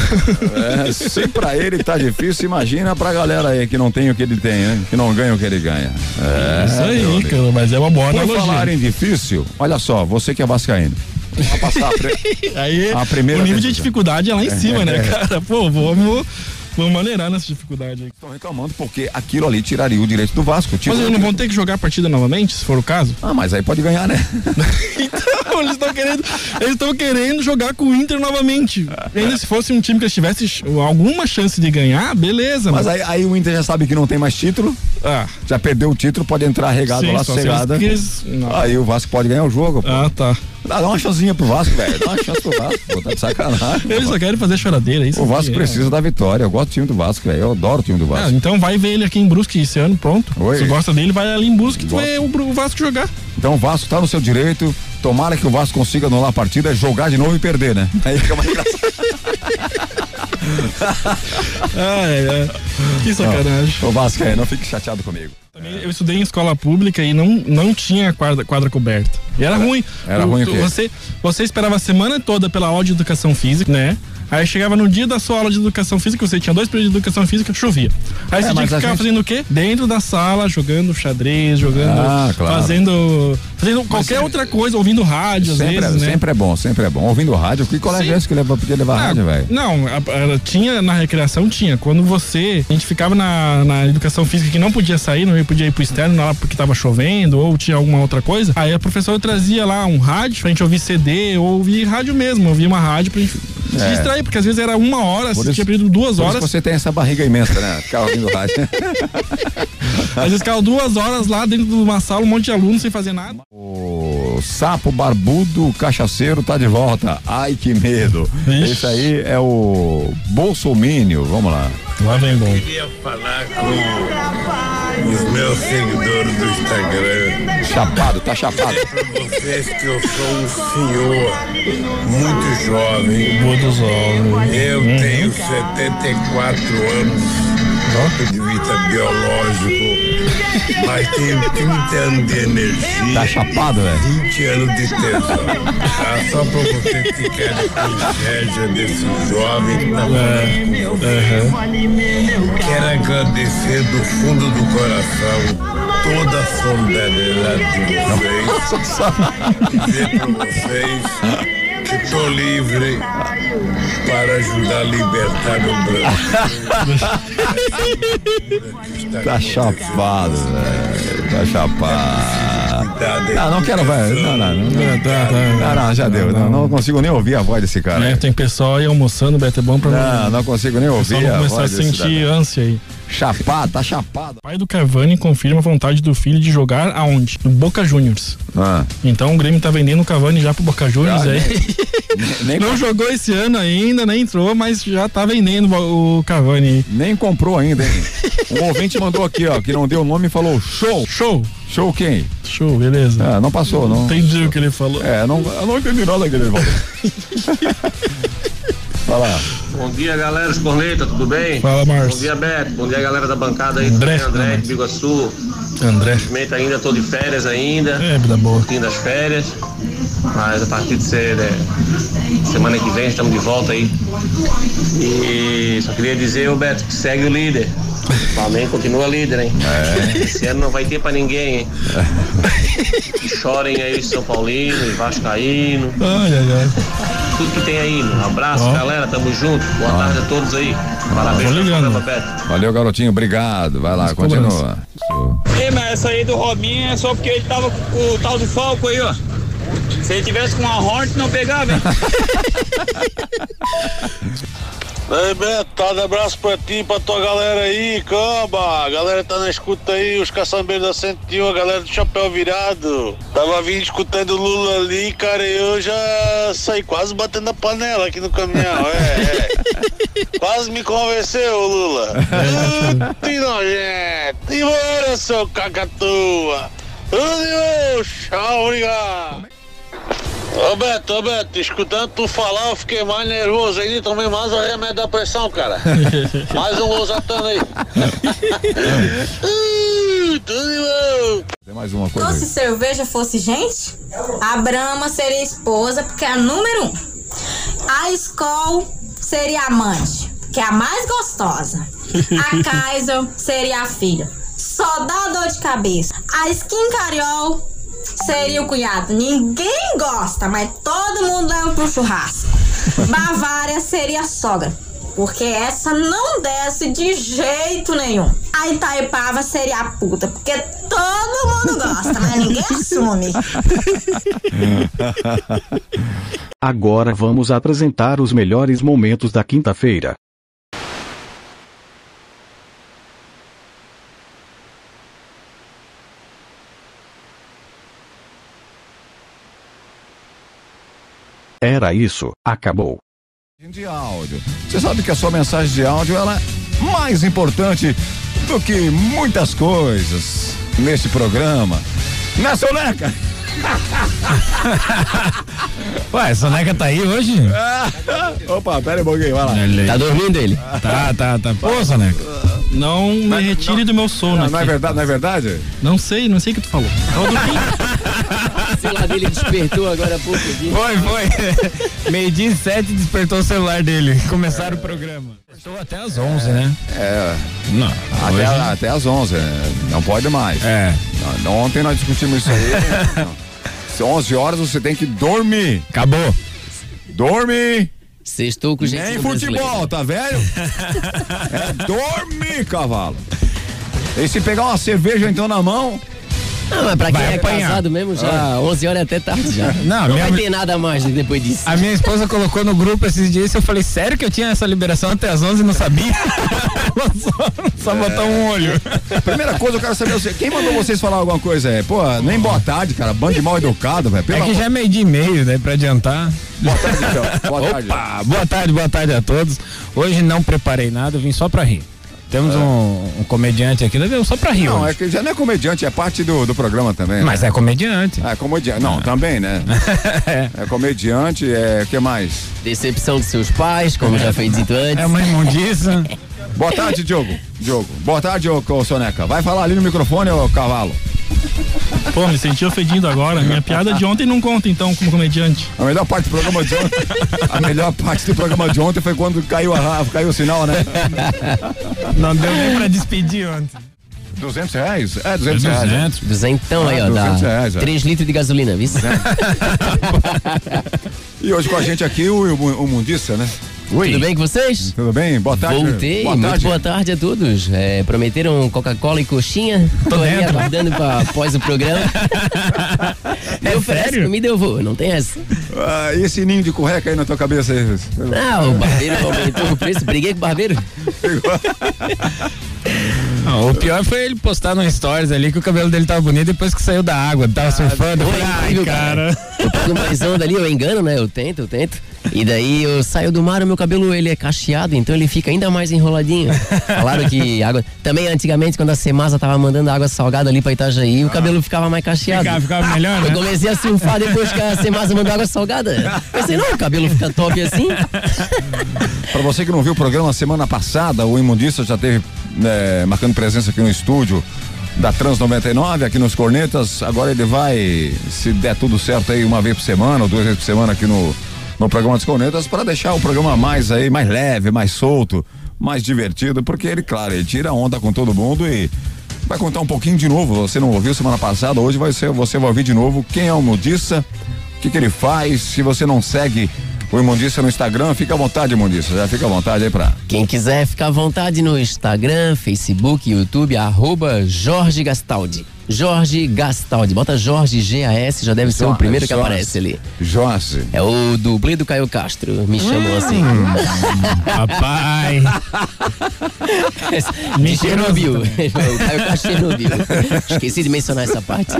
É, se pra ele tá difícil, imagina pra galera aí que não tem o que ele tem, né? Que não ganha o que ele ganha. É,
Isso aí,
meu amigo.
cara, mas é uma boa
Por
analogia.
falar em difícil, olha só, você que é vascaíno. Vai passar a pre-
(laughs) Aí,
a primeira
o nível de
decisão.
dificuldade é lá em
É.
cima, né, cara? Pô, vamos, vamos maneirar nessa dificuldade aí. (laughs)
Estão reclamando porque aquilo ali tiraria o direito do Vasco.
Mas eles não vão ter que jogar a partida novamente, se for o caso?
Ah, mas aí pode ganhar, né?
então, eles estão querendo, eles estão querendo jogar com o Inter novamente. Ainda se fosse um time que eles tivessem ch- alguma chance de ganhar, beleza.
Mas aí, aí o Inter já sabe que não tem mais título. Já perdeu o título, pode entrar regado
Ah. Sim,
lá,
só se eles
sossegada.
quis- não.
Aí o Vasco pode ganhar o jogo, pô.
Ah, tá.
Dá dá uma chancezinha pro Vasco, velho. É, Dá uma chance pro Vasco, pô. Tá de sacanagem.
Eles só querem fazer choradeira, é isso?
O Vasco
aqui,
precisa da vitória. Eu gosto do time do Vasco, velho. Eu adoro o time do
é. (laughs) Ah,
Vasco.
então vai ver ele aqui em Brusque esse ano, pronto.
Oi.
Se gosta dele, vai ali em Brusque e
Gosto.
vê o Bru- o é um Vasco jogar.
Então o Vasco tá no seu direito. Tomara que o Vasco consiga anular a partida, jogar de novo e perder, né? Aí fica mais engraçado.
(laughs) Ai, ai. Que sacanagem.
Ô, Vasco, aí, não fique chateado comigo.
Eu estudei em escola pública e não, não tinha quadra, quadra coberta. E era, ruim.
era ruim o quê?
Você, você esperava a semana toda pela aula de educação física, né? Aí chegava no dia da sua aula de educação física, você tinha dois períodos de educação física, chovia. Aí
É,
você tinha
mas
que
a
ficar
gente-
fazendo o quê? Dentro da sala, jogando xadrez, jogando.
Ah, claro. é
Fazendo. Fazendo qualquer outra coisa, ouvindo rádio, às
Sempre,
vezes, né? Ah,
sempre é bom, sempre é bom. Ouvindo rádio, que colégio é esse que leva, podia levar rádio, velho?
Não, a- a- tinha na recreação, tinha. Quando você. A gente ficava na, na educação física que não podia sair, não podia ir pro externo lá porque tava chovendo ou tinha alguma outra coisa. Aí a professora trazia lá um rádio pra gente ouvir CD ou ouvir rádio mesmo, ouvir uma rádio pra gente se
É.
distrair, porque às vezes era uma hora,
Por
se
isso-
tinha período duas
por isso
horas.
que você tem essa barriga imensa, né? Ficar
(laughs)
ouvindo rádio.
Às vezes ficava duas horas lá dentro de uma sala, um monte de aluno sem fazer nada.
O sapo barbudo cachaceiro tá de volta. Ai, que medo.
Ixi.
Esse aí é o Bolsomínio. Vamos lá.
Lá vem Tá bom.
queria falar com os meus seguidores do Instagram.
Chapado, tá chapado.
Pra vocês que eu sou um senhor muito jovem.
Muito jovem.
Eu tenho 74 anos do ponto de vista biológico, mas tenho 30 anos de energia.
Tá chapado, velho?
20 anos de tesão. Tá? Só pra vocês ficarem com inveja desse jovem que tá falando com
É,
vocês. Quero agradecer do fundo do coração toda a solidariedade de vocês. Dizer para vocês que estou livre para ajudar a libertar o Brasil.
Tá chapado, velho. Tá chapado. Não, não quero, velho. Não, não, não.
Tá,
Não, não, não, já deu. Não, não consigo nem ouvir a voz desse cara.
Né? Tem pessoal aí almoçando, Beto, é bom pra
Não, não consigo nem
o pessoal
ouvir
não
a
começar a
voz desse
sentir
cidadão.
ânsia aí.
Chapado, tá chapado.
Pai do Cavani confirma a vontade do filho de jogar aonde? No Boca Juniors.
Ah.
Então o Grêmio tá vendendo o Cavani já pro Boca Juniors
Ah,
aí.
Nem,
Não jogou esse ano (laughs) ainda, nem entrou, mas já tá vendendo o Cavani.
Nem comprou ainda, hein? Um ouvinte mandou aqui, ó, que não deu o nome e falou show.
Show.
Show quem?
Show, beleza.
Ah, não passou, não.
Entendi o que ele falou.
É, não, eu não entendi nada que ele falou. Vai lá.
Bom dia, galera de Corneta, tudo bem?
Fala, Márcio.
Bom dia, Beto. Bom dia, galera da bancada aí.
André.
Tudo bem, André, de Biguaçu.
André.
Infelizmente ainda tô de férias ainda.
É, vida boa.
Fim das férias. Mas a partir de ser, né, semana que vem estamos de volta aí. E só queria dizer, ô Beto, que segue o
(laughs)
líder. O Flamengo continua líder, hein?
É.
Esse ano não vai ter pra ninguém,
(laughs)
hein? Chorem aí os São Paulino, os Vascaíno.
Ai, ai, ai.
Tudo que tem aí, mano. Abraço,
Ó.
galera. Tamo junto. Boa tarde a todos aí. Parabéns pelo programa, Beto.
Valeu, garotinho, obrigado. Vai lá, continua.
é?
Ei, mas essa aí do Robinho é só porque ele tava com o tal do Falco aí, ó. Se ele tivesse com a Hornet, não pegava, hein?
(laughs) Ei, Beto, tá de abraço pra ti, pra tua galera aí, camba. A galera tá na escuta aí, os caçambeiros da 101, a galera do chapéu virado. Tava vindo escutando o Lula ali, cara, e eu já saí quase batendo a panela aqui no caminhão, é, é. Quase me convenceu, Lula. Puta e nojento. E bora, seu cacatua. Adeus, tchau, obrigado. Ô Beto, ô Beto, escutando tu falar, eu fiquei mais nervoso ainda, tomei mais o remédio da pressão, cara. mais um losatano aí. Ih, Tudo de bom.
Tem mais uma coisa.
Então, se
aí.
cerveja fosse gente, a Brahma seria esposa, porque é a número um. A Skol seria a amante, porque é a mais gostosa.
(laughs)
A Kaiser seria a filha. Só dá dor de cabeça. A Skin Cariol seria o cunhado. Ninguém gosta, mas todo mundo leva pro
(laughs)
churrasco. Bavária seria a sogra. Porque essa não desce de jeito nenhum. A Itaipava seria a puta, porque todo mundo gosta, mas ninguém assume.
(laughs) Agora vamos apresentar os melhores momentos da quinta-feira. Era isso, acabou.
De áudio. Você sabe que a sua mensagem de áudio ela é mais importante (laughs) do que muitas coisas neste programa. Né, seu Leca?
Ué, a Soneca tá aí hoje?
(laughs) Opa, pera aí um pouquinho, É, vai lá.
Tá dormindo ele? Tá, tá, tá. Pô, (laughs) Soneca.
Não me retire do meu sono.
é- Não, não é verdade, não é verdade?
Não sei, não sei o que tu
(laughs)
falou.
celular dele despertou agora há pouco. Foi, foi. (laughs) Meio dia e sete despertou o celular dele. Começaram o programa. Estou até às 11, né?
É.
Não.
Até,
hoje-
a- até às 11, né? não pode mais.
É.
Ontem nós discutimos isso
(laughs)
aí. Se 11 horas você tem que dormir.
Acabou.
Dorme!
Sextou com gente
Nem
do
É, futebol,
brasileiro.
(laughs)
tá
(laughs)
velho? é dorme, cavalo. E se pegar uma cerveja então na mão.
Não, mas pra quem é casado mesmo,
(laughs)
já
Ah.
11 horas é até tarde já.
Não, minha
vai
mu-
ter nada mais
né,
depois disso.
A minha esposa colocou no grupo esses dias e eu falei, sério que eu tinha essa liberação até às 11 e não sabia? (laughs) Ela só, só botou um olho.
Primeira coisa, eu quero saber você. Quem mandou vocês falar alguma coisa aí? Pô, nem boa tarde, cara. Bando de mal educado, velho. Pelo
É que já é meio dia e meio, né? Pra adiantar.
Boa tarde, então. Boa tarde.
Opa, boa tarde, boa tarde a todos. Hoje não preparei nada, eu vim só pra rir. Temos um, um comediante aqui, né? veio só pra rir.
É. Não,
hoje.
é que já não é comediante, é parte do, do programa também.
Mas é comediante. Ah.
É comediante. Não,
(laughs)
também, né? é comediante, é. O que mais?
Decepção dos seus pais, como já foi dito antes.
É uma imundiça.
(laughs) Boa tarde, Diogo. Diogo. Boa tarde, ô, ô Soneca. Vai falar ali no microfone, ô cavalo.
Pô, me senti ofendido agora. Minha piada de ontem não conta, então, como comediante.
A melhor parte do programa de ontem. A melhor parte do programa de ontem foi quando caiu, a, ra- caiu o sinal, né?
Não deu nem pra despedir ontem.
200 reais? É, 200 reais. né?
200. Duzentão aí,
Ah,
ó.
200
Dá
reais, ó. Né?
3 litros de gasolina, viu?
E hoje com a gente aqui o, o, o Mundiça, né?
Tudo bem com vocês?
Tudo bem? Boa tarde.
Voltei,
Boa
muito
tarde.
boa tarde a todos. É, prometeram Coca-Cola e coxinha. Tô, aí aguardando pra, após o programa. Me oferece comida, eu vou. Não tem essa.
Ah, e esse ninho de correca aí na tua cabeça aí?
Não, Ah, o barbeiro aumentou o preço. Briguei com o barbeiro.
é
Não, o pior foi ele postar no stories ali que o cabelo dele tava bonito depois que saiu da água,
Ah,
tava surfando. Eu falei, ah, Ai, cara.
Eu pego mais onda ali, eu engano, né? Eu tento, eu tento. E daí eu saio do mar, o meu cabelo ele é cacheado, então ele fica ainda
(laughs)
mais enroladinho. Falaram que água. Também antigamente, quando a Semasa tava mandando água salgada ali pra Itajaí, o cabelo ficava mais cacheado.
Ficava- Ah. ficava melhor, né?
Eu comecei a surfar depois que a Semasa mandou água salgada. Pensei, não, o cabelo fica top assim.
Pra você que não viu o programa semana passada, o Imundista já teve né, marcando presença aqui no estúdio da Trans 99, aqui nos Cornetas. Agora ele vai, se der tudo certo aí, uma vez por semana ou duas vezes por semana aqui no, no programa dos Cornetas, pra deixar o programa mais aí, mais leve, mais solto, mais divertido, porque ele, claro, ele tira onda com todo mundo e. Vai contar um pouquinho de novo. Você não ouviu semana passada, hoje vai ser, você vai ouvir de novo quem é o Imundista, o que, que ele faz. Se você não segue o Imundícia no Instagram, fica à vontade, Imundícia. Já fica à vontade aí pra.
Quem quiser ficar à vontade no Instagram, Facebook, YouTube, arroba Jorge Gastaldi. Jorge Gastaldi. Bota Jorge G-A-S, já deve ser o
Jorge,
primeiro que
Jorge.
aparece ali.
Jorge. Hum.
É o dublê do Caio Castro, me chamam assim.
Hum.
(laughs)
Papai.
(laughs) De Chernobyl. (laughs) o Caio Castro de Chernobyl. Esqueci de mencionar
(laughs)
essa parte.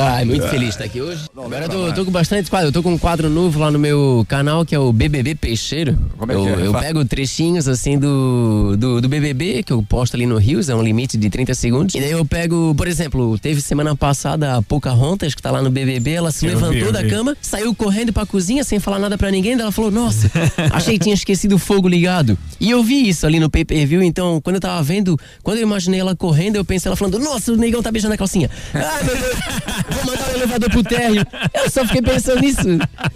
Ai, muito feliz de estar aqui hoje. Agora é eu tô, tô com bastante quadro. Eu tô com um quadro novo lá no meu canal que é o BBB Peixeiro.
Como é que
eu,
é?
eu
Fa-
pego trechinhos assim do, do, do BBB que eu posto ali no Rios, é um limite de 30 segundos. E daí eu pego, por exemplo, teve semana passada a Pocahontas que tá lá no BBB, ela se
Eu vi,
levantou
eu
da
vi.
cama, saiu correndo pra cozinha sem falar nada pra ninguém. Daí ela falou: Nossa, (laughs) achei que tinha esquecido o fogo ligado. E eu vi isso ali no pay per view. Então, quando eu tava vendo, quando eu imaginei ela correndo, eu pensei ela falando: Nossa, o negão tá beijando a
(laughs)
calcinha. Ai, meu Deus, vou mandar o elevador pro térreo. Eu só fiquei pensando nisso.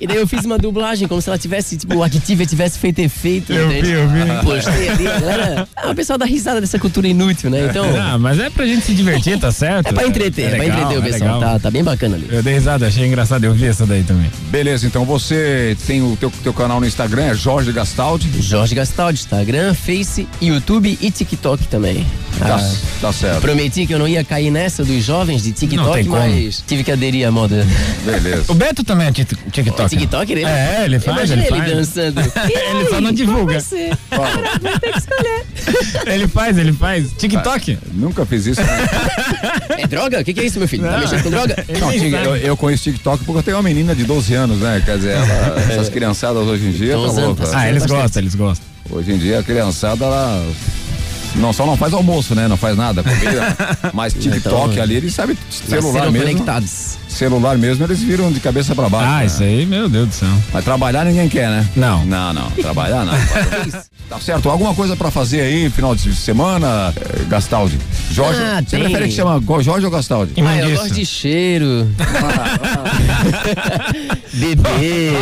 E daí eu fiz uma dublagem, como se ela tivesse, tipo, o Activia tivesse feito efeito.
Eu
entende?
vi, eu vi.
Postei ali, a galera. Ah, o pessoal dá risada dessa cultura inútil, né?
(laughs)
Então.
Ah, mas é pra gente se divertir, tá certo?
É pra entreter, é pra entreter o pessoal, tá- bem bacana ali.
Eu dei risada, achei engraçado, eu vi essa daí também.
Beleza, então você tem o teu, teu canal no Instagram, é Jorge Gastaldi.
Jorge Gastaldi, Instagram, Face, YouTube e TikTok também.
Tá,
Ah,
tá certo.
Prometi que eu não ia cair nessa dos jovens de
Não tem
TikTok,
como.
mas tive que aderir à moda.
Beleza.
O Beto também é tik- TikTok.
TikTok, ele
É, ele faz,
Imagina
ele
ele
faz.
dançando.
(laughs) ele só não divulga. ele faz, ele faz. TikTok?
Nunca fiz isso. né?
É droga? O que, que é isso, meu filho? Tá mexendo
(laughs)
com (laughs) droga?
Não, tig- eu, eu conheço TikTok porque eu tenho uma menina de 12 anos, né? Quer dizer, ela- essas criançadas hoje em dia.
Tô
Tá
usando,
louca.
tá Ah, eles bastante. gostam, eles gostam.
Hoje em dia a criançada, ela Não, só não faz almoço, né? Não faz nada. comida. Mas TikTok ali, ele sabe celular
Nasceram
mesmo.
conectados.
Celular mesmo, eles viram de cabeça pra baixo. Ah, isso
aí, meu Deus do céu.
Mas trabalhar ninguém quer, né? Não. Não, não. Trabalhar não. tá certo. Alguma coisa pra fazer aí, final de semana, eh, Gastaldi? Jorge,
Ah,
você
tem.
prefere que chama Go- Jorge ou Gastaldi?
Ah, eu gosto
(laughs)
de cheiro. Beber.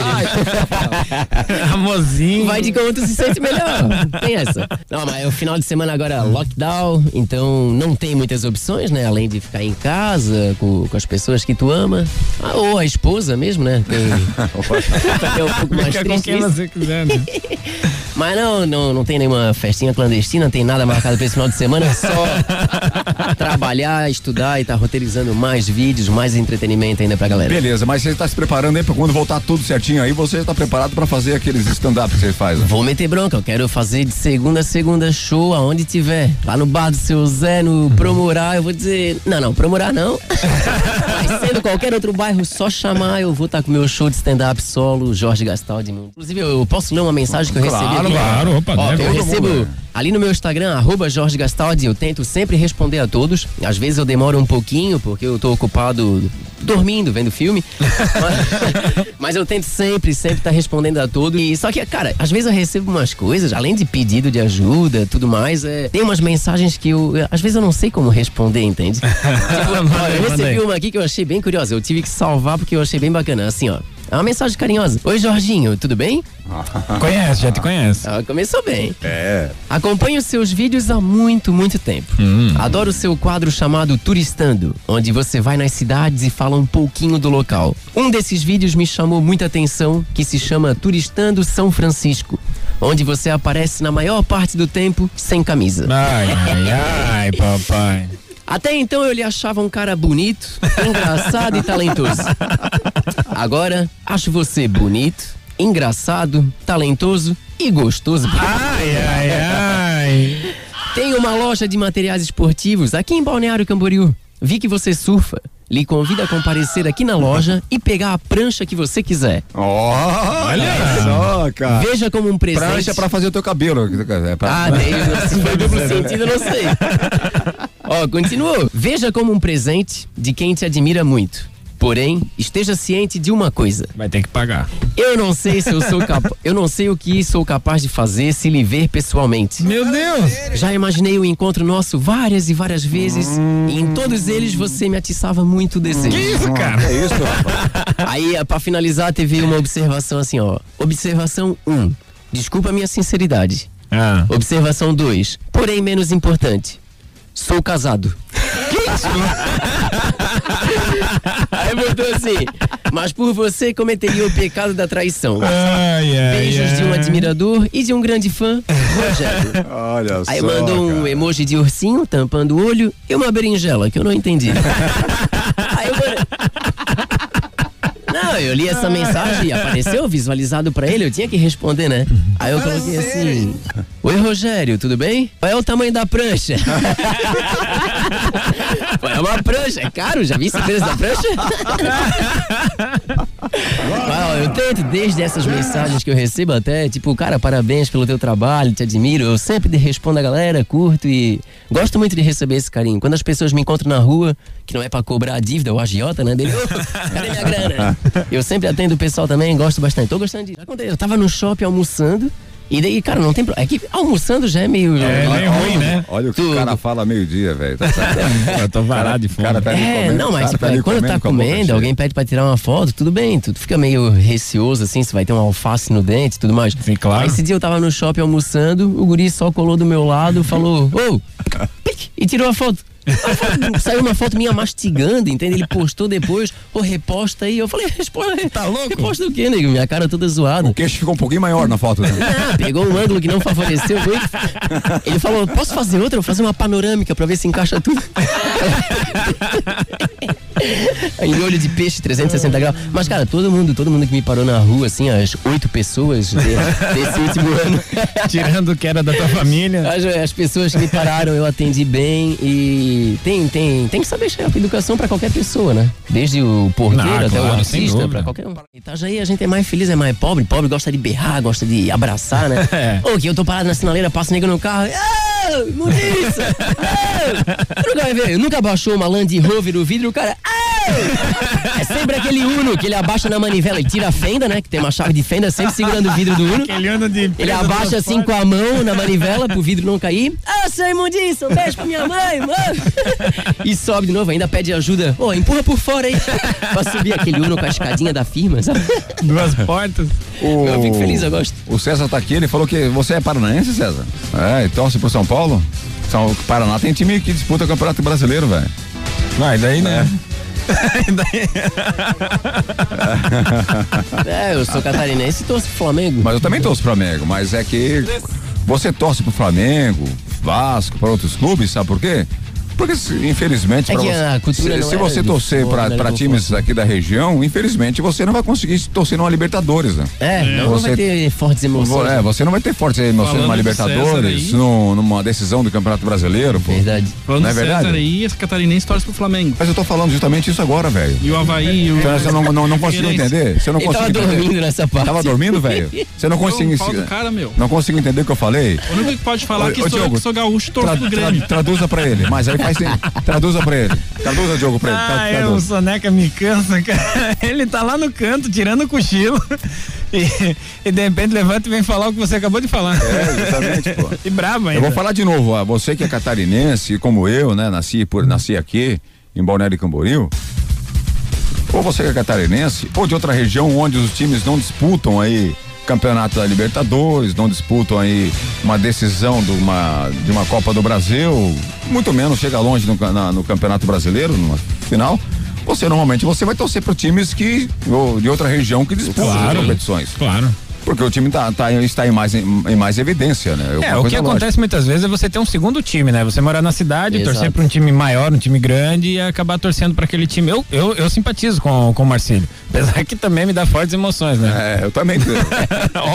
Amorzinho.
Vai de como tu se sente melhor. Tem essa. Não, mas o final de semana agora é lockdown, então não tem muitas opções, né? Além de ficar em casa com, com as pessoas que tu ama. Ah, ou a esposa mesmo, né?
(laughs)
Tem, é um pouco mais
Fica com
triste
quem
isso.
você quiser, né?
Mas não, não, não tem nenhuma festinha clandestina, não tem nada marcado pra esse final de semana, é só trabalhar, estudar e tá roteirizando mais vídeos, mais entretenimento ainda pra galera.
Beleza, mas você tá se preparando aí pra quando voltar tudo certinho aí, você tá preparado pra fazer aqueles stand-up que você faz, né?
Vou meter bronca, eu quero fazer de segunda a segunda show aonde tiver. Lá no bar do seu Zé,
Uhum.
no Promorar, eu vou dizer. Não, não, Promorar
(laughs)
não. Mas sendo qualquer outro bairro, só chamar, eu vou estar com meu show de stand-up solo, Jorge Gastaldi. Inclusive, eu posso ler uma mensagem que eu
Claro,
recebi? aqui?
claro, opa,
Ó,
deve.
Eu
Todo
recebo
mundo,
ali no meu Instagram, arroba Jorge Gastaldi, eu tento sempre responder a todos. Às vezes eu demoro um pouquinho, porque eu tô ocupado dormindo, vendo filme. Mas eu tento sempre, sempre estar respondendo a tudo. E só que, cara, às vezes eu recebo umas coisas, além de pedido de ajuda, tudo mais, é, tem umas mensagens que eu, às vezes eu não sei como responder, entende? Tipo, ó, eu recebi uma aqui que eu achei bem curiosa. Eu tive que salvar porque eu achei bem bacana. Assim, ó. É uma mensagem carinhosa. Oi, Jorginho, tudo bem?
Conhece, já te conhece.
Ah, começou bem.
É.
Acompanho os seus vídeos há muito, muito tempo.
Hum.
Adoro o seu quadro chamado Turistando, onde você vai nas cidades e fala um pouquinho do local. Um desses vídeos me chamou muita atenção, que se chama Turistando São Francisco, onde você aparece na maior parte do tempo sem camisa.
Ai, ai, ai, papai.
Até então eu lhe achava um cara bonito, engraçado e talentoso. Agora, acho você bonito, engraçado, talentoso e gostoso. Ai, ai, ai. Tem uma loja de materiais esportivos aqui em Balneário Camboriú. Vi que você surfa. Lhe convido a comparecer aqui na loja e pegar a prancha que você quiser.
Olha só, cara.
Veja como um presente.
Prancha pra fazer o teu cabelo. É pra-
Ah, daí eu não- se foi duplo sentido, eu não sei. Ó, continuou. Veja como um presente de quem te admira muito. Porém, esteja ciente de uma coisa.
Vai ter que pagar.
Eu não sei se eu sou capaz. Eu não sei o que sou capaz de fazer se lhe ver pessoalmente.
Meu Deus!
Já imaginei o encontro nosso várias e várias vezes. E em todos eles você me atiçava muito o desejo.
Que isso, cara?
É isso,
Aí, eh, pra finalizar, teve uma observação assim, ó. Observação 1. Desculpa a minha sinceridade.
Ah.
Observação 2. Porém, menos importante. Sou (laughs) casado. Aí botou assim. Mas por você cometeria o pecado da traição.
Ai, ai,
Beijos de um admirador e de um grande fã, Rogério.
Olha
Aí
só.
mandou um emoji de ursinho tampando o olho e uma berinjela, que eu não entendi. Não, eu li essa mensagem e apareceu visualizado pra ele, eu tinha que responder, né? Aí eu coloquei assim: Oi, Rogério, tudo bem? Qual é o tamanho da prancha? Pô, é uma prancha, é caro, já vi esse preço da
(laughs)
prancha? Uau, eu tento desde essas mensagens que eu recebo até, tipo, cara, parabéns pelo teu trabalho, te admiro. Eu sempre de- respondo a galera, curto e gosto muito de receber esse carinho. Quando as pessoas me encontram na rua, que não é pra cobrar a dívida, o agiota, né? Dele, "Ô, cadê minha grana? (laughs) Eu sempre atendo o pessoal também, gosto bastante. Tô gostando de. Acontece, Eu tava no shopping almoçando. E daí, cara, não tem problema. É que almoçando já é meio. né?
Olha- olha- Olha o que o cara fala meio-dia, velho. Tá certo? (laughs)
Eu tô varado de fome.
Cara, tá ali
É,
comendo,
não,
o
mas
cara
tipo,
tá ali
quando tá
com a boca
comendo,
cheia.
alguém pede pra tirar uma foto, tudo bem, tu fica meio receoso assim, se vai ter uma alface no dente e tudo mais. Sim, claro. Aí esse dia eu tava no shopping almoçando, o guri só colou do meu lado, (laughs) falou, ô, pic", e tirou a foto. A foto- Saiu uma foto minha mastigando, entende? Ele postou depois, ô, reposta aí. Eu falei, resposta, tá louco? Reposta o quê, nego? Minha cara toda zoada. O
queixo ficou um pouquinho maior na foto, né?
Ah, (laughs) pegou um ângulo que não favoreceu muito. Ele falou, posso fazer outra? Eu vou fazer uma panorâmica pra ver se encaixa tudo. (laughs) em olho de peixe 360 graus. Mas, cara, todo mundo, todo mundo que me parou na rua, assim, as oito pessoas (laughs) de- desse último ano.
(laughs) Tirando o que era da tua família.
As, as pessoas que me pararam, eu atendi bem e tem, tem, tem que saber chegar pra educação pra qualquer pessoa, né? Desde o porteiro
Não,
até
Ah, claro,
o
sem
artista,
dúvida.
pra qualquer um. Itajaí a gente é mais feliz, é mais pobre. Pobre gosta de berrar, gosta de abraçar, né?
(laughs) É.
Ô, que eu tô parado na sinaleira, passo negro no carro. "Ah, Murícia! Ah!" Tu nunca vai ver. Nunca abaixou uma Land Rover o vidro, o cara. "Ah!" É sempre aquele Uno que ele abaixa na manivela, ele tira a fenda, né? Que tem uma chave de fenda, sempre segurando o vidro do Uno.
Aquele Uno de
Ele abaixa assim com a mão na manivela pro vidro não cair. Ah, seu imundício, um beijo pra minha mãe, mano. E sobe de novo, ainda pede ajuda. Ô, empurra por fora aí. pra subir aquele Uno com a escadinha da firma, sabe?
(laughs) Duas portas.
Eu fico feliz, eu gosto.
O César tá aqui, ele falou que você é paranaense, César? É, e torce pro São Paulo? São Paraná tem time que disputa o Campeonato Brasileiro, velho.
Vai, daí né?
(laughs)
(laughs)
É, eu sou catarinense e torço pro Flamengo.
Mas eu também torço pro Flamengo, mas é que você torce pro Flamengo, Vasco, pra outros clubes, sabe por quê? Porque, se- infelizmente,
É
pra
que
você-
a cultura
se,
não
se
era
você
do
torcer
futebol,
pra,
não era
pra
do
times aqui da região, infelizmente você não vai conseguir torcer numa Libertadores, né?
É, não, não vai ter fortes
Vo-
emoções.
É, você não vai ter forte emoção
Falando
numa
do
Libertadores,
César aí.
num- numa decisão do Campeonato Brasileiro, pô. Verdade.
Falando
não é
do
verdade?
César aí, esse catarinense torce pro Flamengo.
Mas eu tô falando justamente isso agora, velho.
E o Havaí, e o...
Então, você não, não, não conseguiu
Figueirense.
entender? Você não
Ele tava
conseguiu entender?
dormindo nessa parte.
Tava dormindo, velho? Você não
Eu
conseguiu
falo do cara, meu.
Não consigo entender o que eu falei?
O único que pode falar
Ô,
é que
ô,
sou eu
Diogo,
que sou gaúcho e torço
Tra-
pro
tra-
Grêmio.
traduza pra ele,
(laughs)
mas aí faz sentido. Traduza pra ele. Traduza, Diogo, pra ele. Tra-
é,
Ah, eu, o
traduza.
Soneca me cansa, cara. (laughs) Ele tá lá no canto, tirando o cochilo. (laughs) E, e de repente levanta e vem falar o que você acabou de falar.
É, exatamente, pô.
(laughs) E brabo ainda.
Eu vou falar de novo, ó, você que é catarinense, como eu, né? Nasci, por, nasci aqui, em Balneário Camboriú. Ou você que é catarinense, ou de outra região onde os times não disputam aí campeonato da Libertadores, não disputam aí uma decisão de uma, de uma Copa do Brasil, muito menos chega longe no, ca- na- no Campeonato Brasileiro, numa final. Você normalmente você vai torcer para times que ou de outra região que disputam as
Claro,
competições.
Claro.
Porque o time tá, tá- está em mais, em, mais evidência, né?
É,
uma
o
coisa
que
lógica.
acontece muitas vezes é você ter um segundo time, né? Você morar na cidade,
Exato.
torcer pra um time maior, um time grande e acabar torcendo pra aquele time. Eu, eu, eu simpatizo com, com o Marcílio. (laughs) Apesar que também me dá fortes emoções, né?
É, eu também.
(laughs)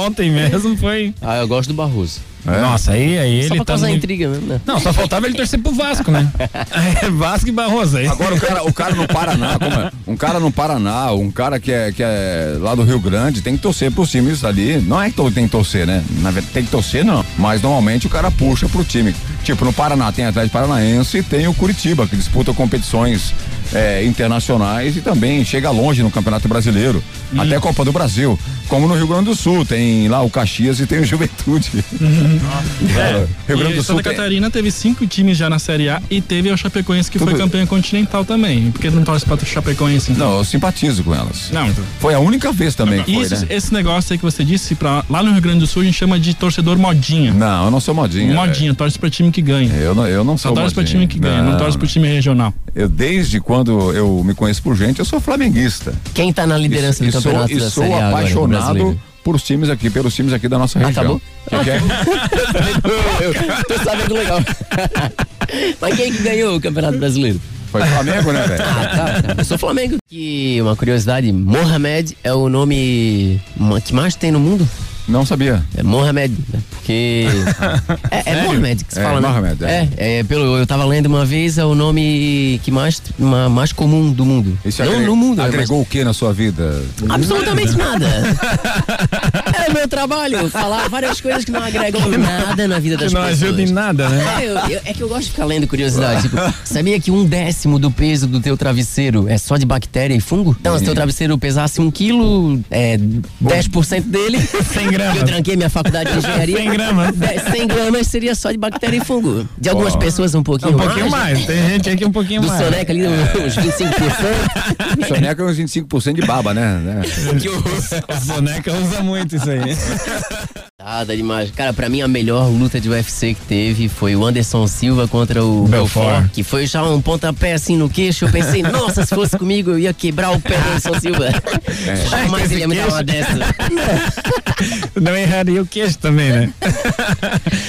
Ontem mesmo foi.
Ah, eu gosto do Barroso.
é.
Nossa, aí, aí ele
Só pra
tá.
causar
no-
intriga, né?
Não, só faltava ele torcer pro Vasco, né? (laughs) É, Vasco e Barroso aí.
Agora o cara, o cara no Paraná, como é? Um cara no Paraná, um cara que é, que é lá do Rio Grande, tem que torcer pros times ali. Não é que to- tem que torcer, né? Na verdade, tem que torcer, não. Mas normalmente o cara puxa pro time. Tipo, no Paraná tem Atlético Paranaense e tem o Curitiba, que disputa competições é, internacionais e também chega longe no Campeonato Brasileiro.
Hum.
Até a Copa do Brasil. Como no Rio Grande do Sul, tem lá o Caxias e tem o Juventude.
Hum.
Cara, É, Rio Grande
É, E
do Sul
Santa
tem-
Catarina teve cinco times já na Série A e teve o Chapecoense que foi
Tudo-
campeão continental também. Por que não torce pra Chapecoense? então?
Não, eu simpatizo com elas.
Não, então.
Foi a única vez também que foi,
Isso,
né?
esse negócio aí que você disse, pra, lá no Rio Grande do Sul a gente chama de torcedor modinha.
Não, eu não sou modinha.
é Modinha, torce pra time que ganha.
Eu não, eu não
Só
sou
torce pra
modinha.
time que ganha, não,
Não,
torce pro time regional.
Eu desde quando eu me conheço por gente, eu sou flamenguista.
Quem tá na liderança
e,
do
e sou,
campeonato
e
da
sou
Série A agora,
apaixonado (laughs)
brasileiro?
por os times aqui, pelos times aqui da nossa região.
acabou?
Que que é?
Eu (laughs) tô
(laughs)
sabendo legal. Mas quem que ganhou o Campeonato Brasileiro?
Foi Flamengo, né, velho?
Ah, tá, tá. Eu sou Flamengo. E uma curiosidade, Mohamed é o nome ma- que mais tem no mundo?
Não sabia.
É Mohamed, né?
(laughs)
Porque. É, é
Sério?
Mohamed que se
É,
fala, né?
Mohamed, é.
é. é, pelo. Eu tava lendo uma vez, é o nome que mais, ma- mais comum do mundo.
Isso
Não
agre-
no mundo, né,
Agregou o que na sua
(laughs)
vida?
mas- Absolutamente nada. (laughs) É meu trabalho falar várias coisas que não agregam nada na vida
Que
das
não
pessoas.
ajuda em nada, né?
É, eu- eu- é que eu gosto de ficar lendo curiosidade.
(laughs)
tipo, sabia que um décimo do peso do teu travesseiro é só de bactéria e fungo? Então, se teu travesseiro pesasse um quilo, é 10%
(laughs)
dele. 100 gramas. Eu tranquei minha faculdade de engenharia.
100 gramas.
É, 100 gramas seria só de bactéria e fungo. De algumas
Ó.
pessoas, um pouquinho
Um
mais. né?
pouquinho mais. Tem gente aí que é um pouquinho
Do
mais.
soneca ali, uns 25%.
Soneca é uns 25% de baba, né?
(laughs) O Soneca usa muito isso aí.
(laughs) Nada demais. Cara, pra mim a melhor luta de UFC que teve foi o Anderson Silva contra o
Belfort.
Belfort, que foi já um pontapé assim no queixo.
(laughs)
Eu pensei, nossa, se fosse comigo eu ia quebrar o pé do Anderson Silva.
É.
Jamais ele ia me dar uma dessa.
Não erraria o queixo também, né?
(laughs)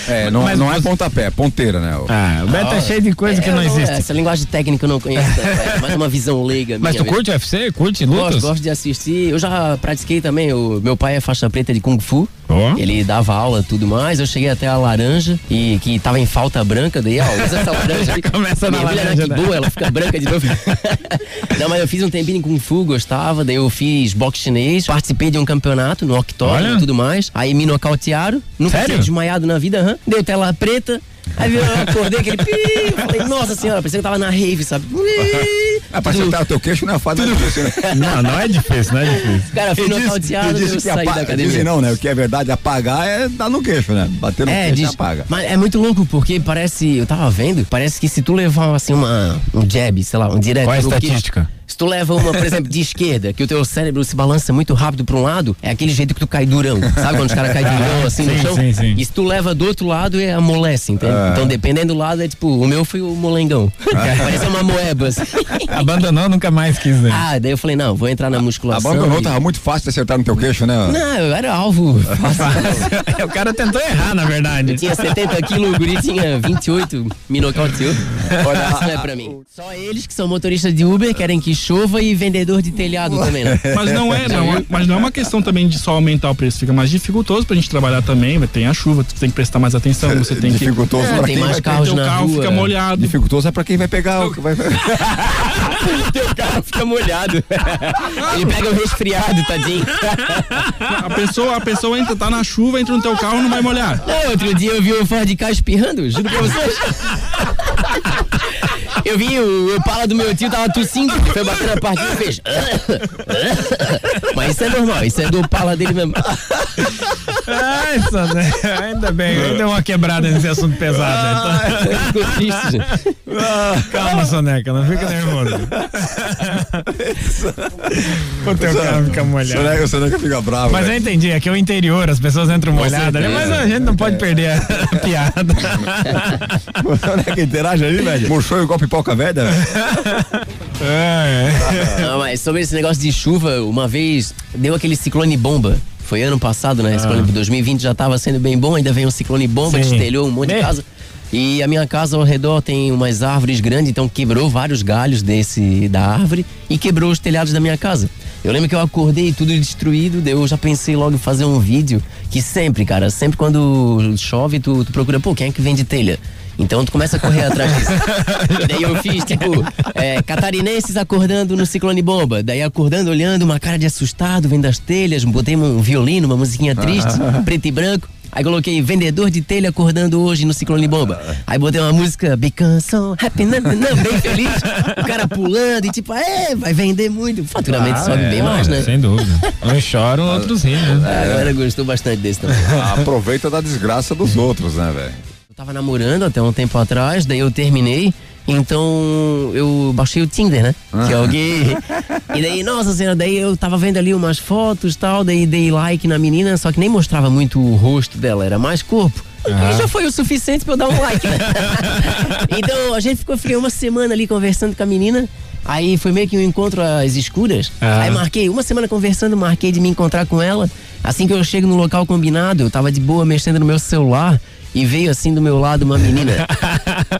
É, não,
Mas
não é pontapé, é ponteira, né?
Ah, o Beto é cheio de (laughs) coisa que
Eu
não existe.
Essa linguagem técnica eu
(laughs)
não conheço. É mais uma visão leiga.
Mas
minha
tu curte UFC? Curte
Gosto,
lutas?
gosto de assistir. Eu já pratiquei também. O meu pai é faixa preta de Kung Fu. Ele dava aula e tudo mais. Eu cheguei até a laranja, e que tava em falta branca. Daí, ó, usa
(laughs)
essa laranja. aí.
Começa na
Mergulha
laranja,
que
né?
boa, ela fica branca de novo. (laughs) Não, mas eu fiz um tempinho em Kung Fu, gostava. Daí eu fiz boxe chinês. Participei de um campeonato no octógono
Olha.
e tudo mais. Aí me nocautearam. Nunca
Sério?
tinha desmaiado na vida. aham. Deu tela preta. Aí eu acordei aquele pi, eu falei, nossa senhora, parecia que eu tava na rave, sabe?
Ah, pra acertar o teu queixo não é fácil. Não, é difícil, né?
Não, não é difícil, não é difícil.
Cara, fui
E diz-
nocauteado,
e diz
eu
que
saí
apa-
da academia.
Dizem não, né? O que é verdade, apagar é dar no queixo, né? Bater no
É,
queixo
diz,
apaga.
mas é muito louco, porque parece, eu tava vendo, parece que se tu levar assim uma, um jab, sei lá, um direto.
Qual é a
no queixo,
estatística?
se tu leva uma, por exemplo, de esquerda, que o teu cérebro se balança muito rápido pra um lado, é aquele jeito que tu cai durão. Sabe quando os caras caem durão assim no
Ah, Sim,
chão?
sim, sim.
E se tu leva do outro lado, é amolece, entende?
Ah.
Então, dependendo do lado, é tipo, o meu foi o molengão.
Ah.
Parecia uma moeba. Assim.
Ah, Abandonou, nunca mais quis, né?
Ah, daí eu falei, não, vou entrar na musculação.
Abandonou,
e-
tava muito fácil de acertar no teu queixo, né?
Não, eu era
(laughs)
alvo.
É, o cara tentou errar, na verdade.
Eu tinha 70 quilos, o guri tinha 28, me nocauteou.
Olha,
Isso não é pra mim. Só eles que são motoristas de Uber, querem que chova e vendedor de telhado também, né?
(laughs) Mas não é, não. é- Mas não é uma questão também de só aumentar o preço. Fica mais dificultoso pra gente trabalhar também. vai- Tem a chuva, tu tem que prestar mais atenção.
(laughs)
Você É, tem que.
Dificultoso
É,
pra quem vai pegar-
Teu carro fica
né?
molhado.
Dificultoso é pra quem vai pegar o que vai.
Teu carro fica molhado. Ele pega o resfriado, tadinho.
A pessoa, a pessoa entra, tá na chuva, entra no teu carro não vai molhar.
Não, outro dia eu vi o Ford K espirrando, juro pra vocês. (laughs) Eu vi o Opala do meu tio, tava tossindo, foi bater na parte e fez. Mas isso é normal, isso é do Opala dele mesmo.
Ah, isso, né? Ainda bem, deu uma quebrada nesse assunto pesado.
Ah, é.
né? Então...
Ficou triste, gente.
Ah. Calma, Soneca, não fica nervoso. (laughs) o teu carro fica molhado.
Soneca- o Soneca fica bravo.
Mas eu
velho.
entendi, é que é o interior, as pessoas entram
Com
molhadas, né? mas
certeza.
a gente não pode perder a (laughs) piada.
O Soneca é interage ali, velho. Murchou igual pipoca velha, velho.
É,
(laughs) Não, mas sobre esse negócio de chuva, uma vez deu aquele ciclone bomba. Foi ano passado, né? Esse
Ah.
ciclone 2020 já tava sendo bem bom, ainda veio um ciclone bomba,
Sim. Né?
destelhou um monte de casa. E a minha casa ao redor tem umas árvores grandes, então quebrou vários galhos desse da árvore e quebrou os telhados da minha casa. Eu lembro que eu acordei tudo destruído, daí eu já pensei logo em fazer um vídeo que sempre, cara, sempre quando chove tu, tu procura, pô, quem é que vende telha? Então tu começa
(laughs)
a correr atrás disso. E daí eu fiz, tipo, é, catarinenses acordando no ciclone bomba. Daí acordando, olhando, uma cara de assustado, vendo as telhas. Botei um violino, uma musiquinha triste,
Ah.
preto e branco. Aí coloquei vendedor de telha acordando hoje no ciclone bomba. Aí botei uma música Bicanção, happy nan, nan, nan, bem feliz. O cara pulando e tipo, é, vai vender muito. O Faturamento
Ah,
sobe
é,
bem mais, né?
Sem dúvida. Uns choram, outros riem,
A
né?
galera Ah, gostou bastante desse também.
Aproveita da desgraça dos outros, né, velho?
Eu tava namorando até um tempo atrás, daí eu terminei. Então eu baixei o Tinder, né? Que é o gay. E daí, nossa senhora, daí eu tava vendo ali umas fotos e tal, daí dei like na menina, só que nem mostrava muito o rosto dela, era mais corpo.
Ah.
E já foi o suficiente pra eu dar um like, né? então a gente ficou fiquei uma semana ali conversando com a menina. Aí foi meio que um encontro às escuras.
Ah.
Aí marquei uma semana conversando, marquei de me encontrar com ela. Assim que eu chego no local combinado, eu tava de boa mexendo no meu celular e veio assim do meu lado
(laughs)
uma menina.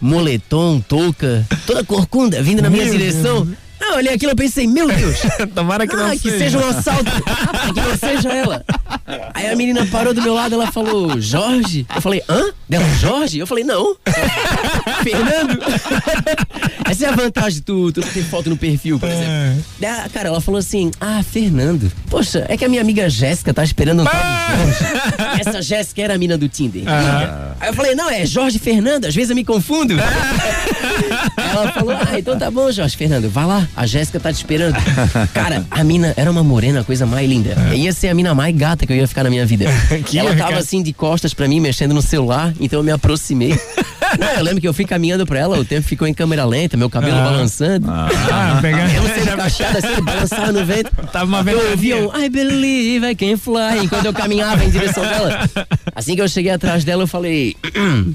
Moletom, touca, toda corcunda, vindo na minha
Meu
direção. Não, eu olhei aquilo e pensei, meu Deus!
Tomara que não
ah, que
seja.
seja
(laughs)
um assalto! que não seja ela! Aí a menina parou do meu lado, ela falou, Jorge? Eu falei, hã? Dela, Jorge? Eu falei, não! (laughs) Fernando? Essa é a vantagem tu, tu não ter foto no perfil,
É.
por exemplo. Daí, a- cara, ela falou assim, ah, Fernando. Poxa, é que a minha amiga Jéssica tá esperando um tal de Jorge. Essa Jéssica era a mina do Tinder.
Ah.
Aí eu falei, não, é Jorge Fernando, às vezes eu me confundo. Ela falou, ah, então tá bom, Jorge Fernando, vai lá, a Jéssica tá te esperando. Cara, a mina era uma morena, a coisa mais linda. Ia ser a mina mais gata que eu ia ficar na minha vida.
É. (laughs) Que
Ela
ia
tava
ficar-
assim de costas pra mim, mexendo no celular, então eu
(laughs)
me aproximei. Não, eu lembro que eu fui caminhando pra ela, o tempo ficou em câmera lenta, meu cabelo
Ah.
balançando.
Ah, pegar.
Eu sendo agachada assim, balançava no vento.
Tava uma
Eu ouvia um I believe I can fly enquanto eu caminhava em direção dela. Assim que eu cheguei atrás dela, eu falei. "Hum,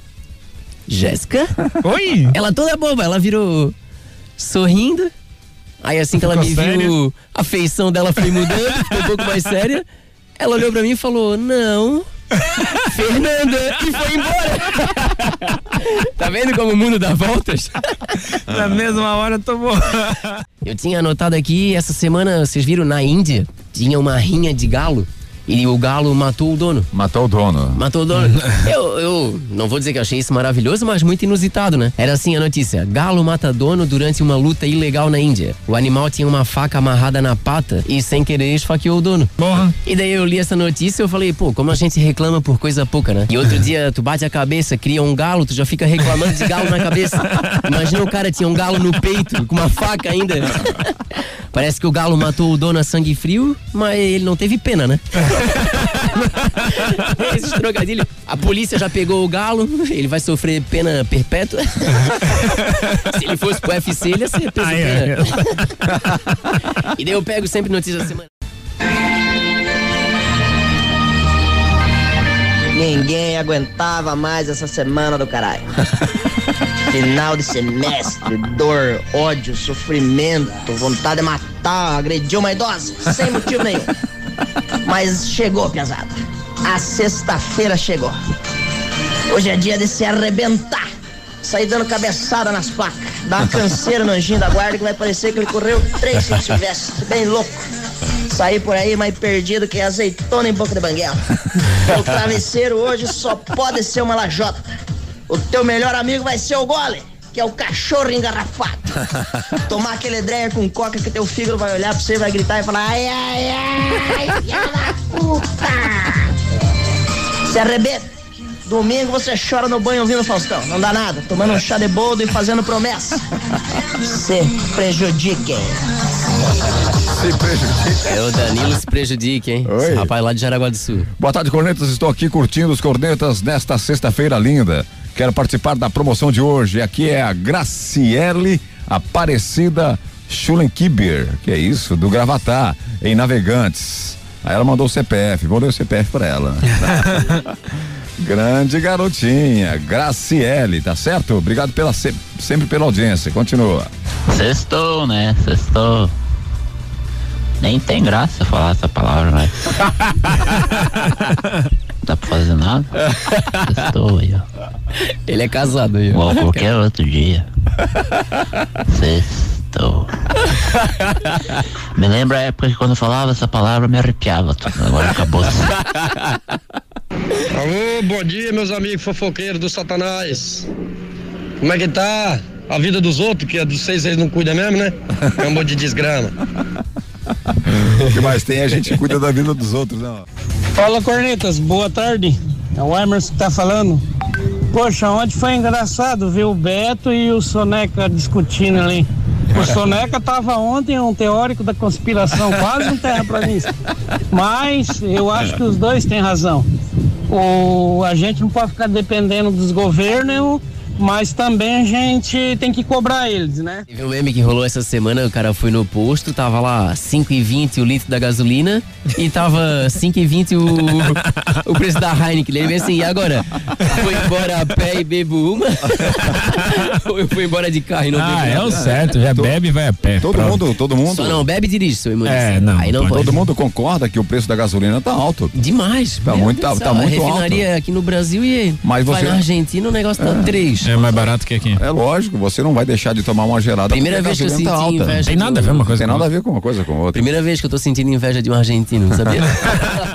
Jéssica? Oi! Ela toda boba, ela virou sorrindo. Aí assim que ela me
Ficou
viu, a feição dela foi mudando, ficou um pouco mais séria. Ela olhou pra mim e falou: Não. Fernanda! E foi embora! (laughs) tá vendo como o mundo dá voltas? (laughs) Na mesma hora tomou. (laughs) Eu tinha anotado aqui, essa semana, vocês viram na Índia, tinha uma rinha de galo. E o galo matou o dono.
Matou o dono.
Matou
(laughs)
o dono. Eu, eu não vou dizer que eu achei isso maravilhoso, mas muito inusitado, né? Era assim a notícia: galo mata dono durante uma luta ilegal na Índia. O animal tinha uma faca amarrada na pata e, sem querer, esfaqueou o dono. Porra. E daí eu li essa notícia e eu falei: pô, como a gente reclama por coisa pouca, né? E (laughs) outro dia tu bate a cabeça, cria um galo, tu já fica reclamando de galo na cabeça. Imagina o cara tinha um galo no peito, com uma faca ainda. Parece que o galo matou o dono a sangue frio, mas ele não teve
(laughs)
pena, né? Esses trocadilhos. A polícia já pegou o galo, ele vai sofrer pena
(laughs)
perpétua. Se ele fosse pro UFC, ele ia ser preso.
Ai, ai,
pena. e daí eu pego sempre notícias da semana.
Ninguém aguentava mais essa semana do caralho. Final de semestre, dor, ódio, sofrimento, vontade de matar, agrediu uma idosa, sem motivo nenhum. Mas chegou, pesado. A sexta-feira chegou. Hoje é dia de se arrebentar. Sair dando cabeçada nas placas. Dar uma canseira no anjinho da guarda que vai parecer que ele correu três silvestres. Bem louco. Sair por aí mais perdido que azeitona em boca de banguela. O travesseiro hoje só pode ser uma lajota. O teu melhor amigo vai ser o gole, que é o cachorro engarrafado. Tomar aquele dreyer com coca que teu fígado vai olhar pra você, vai gritar e falar: ai, ai, ai, filha da puta! Se arrebenta. Domingo você chora no banho ouvindo Faustão. Não dá nada. Tomando um chá de boldo e fazendo promessa. Se prejudique.
Se prejudique.
É o Danilo se prejudique, hein? Esse rapaz lá de Jaraguá do Sul.
Boa tarde, Cornetas. Estou aqui curtindo os Cornetas nesta sexta-feira linda. Quero participar da promoção de hoje. Aqui é a Graciele Aparecida Schulenkiber, que é isso, do Gravatá, em Navegantes. Aí ela mandou o CPF, vou ler o CPF pra ela. Grande garotinha, Graciele, tá certo? Obrigado pela, se- sempre pela audiência. Continua.
Sextou, né? Sextou. Nem tem graça falar essa palavra,
(laughs)
né? Não dá pra fazer nada? Sextou aí, ó.
Ele é casado aí, ó.
Igual qualquer outro dia. Sextou. Me lembra a época que quando eu falava essa palavra eu me arrepiava. tudo. Agora acabou.
Alô, bom dia, meus amigos fofoqueiros do Satanás. Como é que tá? A vida dos outros, que a dos seis eles não cuidam mesmo, né? É um monte de desgrama.
O que mais tem? é A gente cuida da vida dos outros, né, não.
Fala Cornetas, boa tarde. É o Emerson que tá falando. Poxa, ontem foi engraçado ver o Beto e o Soneca discutindo ali. O Soneca tava ontem um teórico da conspiração, quase um terraplanista. Mas eu acho que os dois têm razão. O, a gente não pode ficar dependendo dos governos, mas também a gente tem que cobrar eles, né?
Teve um meme que rolou essa semana, o cara foi no posto, tava lá 5,20 o litro da gasolina e tava 5,20 o, o preço da Heineken. Ele veio assim, e agora? Vou embora a pé e bebo uma? Ou eu fui embora de carro e não bebo
Ah, é
nada?
o certo, já bebe e vai a pé.
Todo
pronto.
mundo, todo mundo.
Só não bebe e dirige, seu imundo.
É, não.
Aí não pode.
Todo mundo concorda que o preço da gasolina tá alto.
Demais.
Tá muito, tá, tá muito alto.
refinaria aqui no Brasil e
Mas
vai
você-
na Argentina o negócio tá 3.
É mais barato que aqui. É lógico, você não vai deixar de tomar uma gelada.
Primeira
porque a
vez que eu
gasolina
senti
tá alta.
inveja Tem nada a ver uma coisa
Tem
com
nada a
outra.
ver com uma coisa com outra.
Primeira vez que eu tô sentindo inveja de um argentino,
(laughs)
sabia?
(laughs)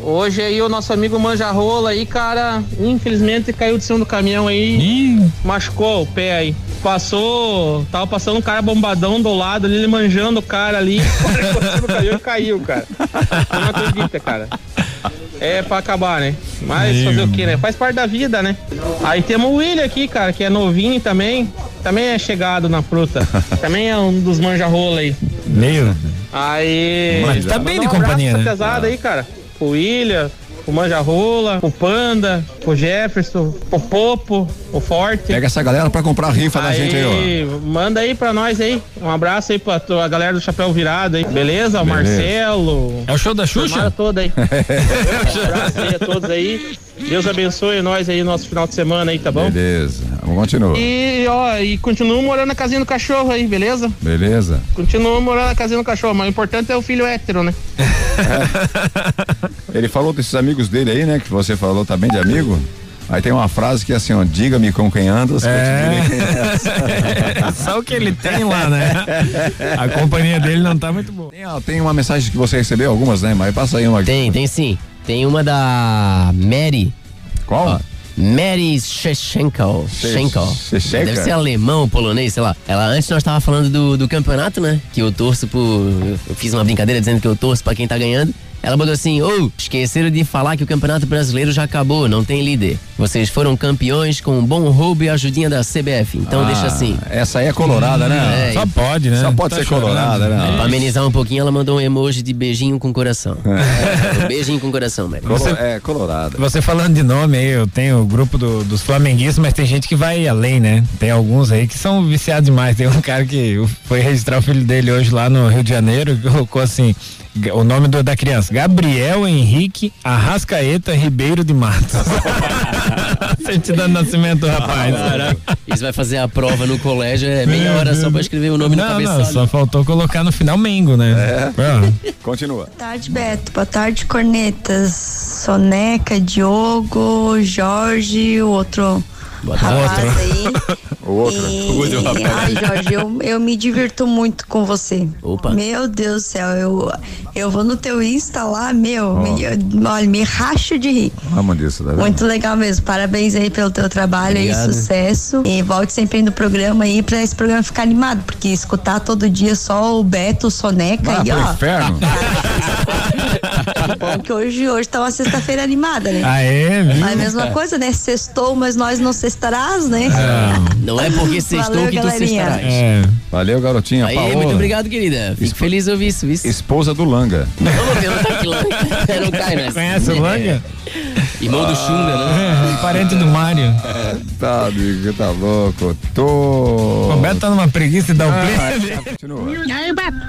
Hoje aí o nosso amigo Manja Rola aí, cara, infelizmente caiu de cima do caminhão aí, machucou o pé aí. Passou, tava passando um cara bombadão do lado ali, ele manjando o cara ali, o caminhão e caiu, cara. Você não acredita, cara. É pra acabar, né? Mas
Meu
fazer o que, né? Faz parte da vida, né? Aí temos o William aqui, cara, que é novinho também, também é chegado na fruta, também é um dos Manja Rola aí.
Meio.
Aí.
Mas tá bem de
Mandar
companhia,
abraço
né?
pra pesada aí, cara. O William, o Manja Rola, o Panda, o Jefferson, o Popo, o Forte.
Pega essa galera pra comprar a rifa da gente aí,
Manda aí pra nós aí. Um abraço aí pra tua galera do Chapéu Virado aí. Beleza?
Beleza.
O Marcelo.
É o show da Xuxa?
(laughs)
Tomara toda aí. um abraço aí a todos aí.
Deus abençoe nós aí, nosso final de semana aí, tá bom?
Beleza. Vamos continuar.
E, ó, e continuo morando na casinha do cachorro aí, beleza?
Beleza.
Continuo morando na casinha do cachorro, mas o importante é o filho hétero, né?
Ele falou desses amigos dele aí, né? Que você falou também de amigo. Aí tem uma frase que é assim, ó, diga-me com quem andas,
É.
(laughs) que eu te direi quem
(laughs)
é.
Só o que ele tem lá, né? A companhia dele não tá muito boa.
Tem, ó, tem uma mensagem que você recebeu, algumas, né? Mas passa aí uma aqui.
Tem, tem sim. Tem uma da Mary.
Qual?
Mary Shechenko. Schenkel.
Shechenko?
Deve ser alemão, polonês, sei lá. Ela antes nós tava falando do, do campeonato, né? Que eu torço por. Eu fiz uma brincadeira dizendo que eu torço pra quem tá ganhando. Ela botou assim: Ô, esqueceram de falar que o campeonato brasileiro já acabou, não tem líder. Vocês foram campeões com um bom roubo e ajudinha da CBF. Então
Ah,
deixa assim.
Essa aí é colorada, né? Só
pode,
né? Só pode ser colorada, né?
Pra amenizar um pouquinho, ela mandou um emoji de beijinho com coração. Um beijinho com coração, Mary.
É. Colo- É, colorada.
Você falando de nome aí, eu tenho o grupo do- dos flamenguistas, mas tem gente que vai além, né? Tem alguns aí que são viciados demais. Tem um cara que foi registrar o filho dele hoje lá no Rio de Janeiro e colocou assim. O nome do- da criança, Gabriel Henrique Arrascaeta Ribeiro de (laughs) Matos. (laughs) Certidão de nascimento do rapaz.
Ah, Isso vai fazer a prova no colégio, é meia hora só pra escrever o nome no
Não, não,
cabeçalho.
só faltou colocar no final Mengo, né? É.
Continua.
Boa tarde, Beto. Boa tarde, Cornetas. Soneca, Diogo, Jorge, o outro
(laughs)
rapaz aí.
O outro.
E, ai, Jorge, eu, eu me divirto muito com você.
Opa.
Meu Deus do céu, eu, eu vou no teu Insta lá, meu, me, eu- olha, me racho de rir.
Vamos disso, tá vendo?
Muito legal mesmo. Parabéns aí pelo teu trabalho aí,
Obrigado.
sucesso. E volte sempre aí no programa aí pra esse programa ficar animado, porque escutar todo dia só o Beto, o Soneca
Vai
aí,
pro
ó.
inferno.
Que (laughs) bom que hoje, hoje tá uma sexta-feira animada, né?
Ah, é?
Mas
viu?
é a mesma coisa, né? Sextou, mas nós não cestarás, né?
Ah.
Não é porque sextou
Valeu,
que tu
galerinha.
sextarás.
É.
Valeu, garotinha.
Aí,
Paola.
muito obrigado, querida. Fico feliz de ouvir isso, isso.
Esposa do Langa.
tá
(laughs)
Não cai, né?
Conhece o Langa?
(laughs) Irmão do Xunga, né?
É, parente do Mário.
(laughs) Tá, amigo, tá louco. Tô.
O Beto tá numa preguiça de dar o play.
E aí, Beto?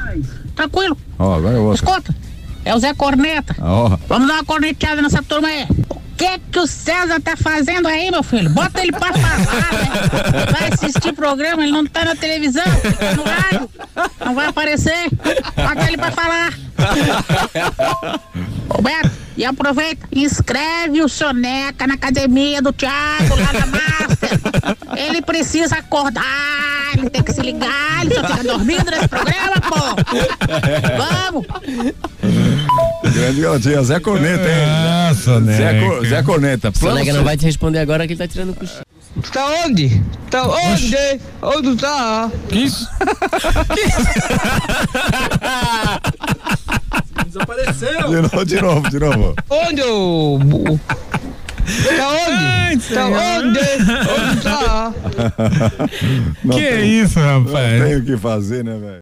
Tranquilo?
Ó,
(laughs)
agora é outro.
Escuta, é o Zé Corneta.
(laughs)
Ó.
Vamos dar uma corneteada nessa turma aí. O que que o César tá fazendo aí, meu filho? Bota ele pra falar, né? Vai assistir programa, ele não tá na televisão, ele tá no rádio. Não vai aparecer. Bota ele pra falar. Ô, Beto, e aproveita, inscreve o Soneca na academia do Thiago, lá na Master. Ele precisa acordar, ele tem que se ligar, ele só fica dormindo nesse programa, pô. Vamos!
Grande garotinha, Zé Corneta, hein? Zé, Cor- Zé Corneta. plano
Soneca não
C-
vai te responder agora que ele tá tirando o cochilo.
Tu tá onde? Tá onde? Onde tu tá?
(laughs)
Isso.
Desapareceu.
De novo, de novo, de novo.
Onde o. o- Tá onde? tá onde? Onde tá?
Não
Que isso, rapaz?
(laughs) Não tem o que fazer, né, velho?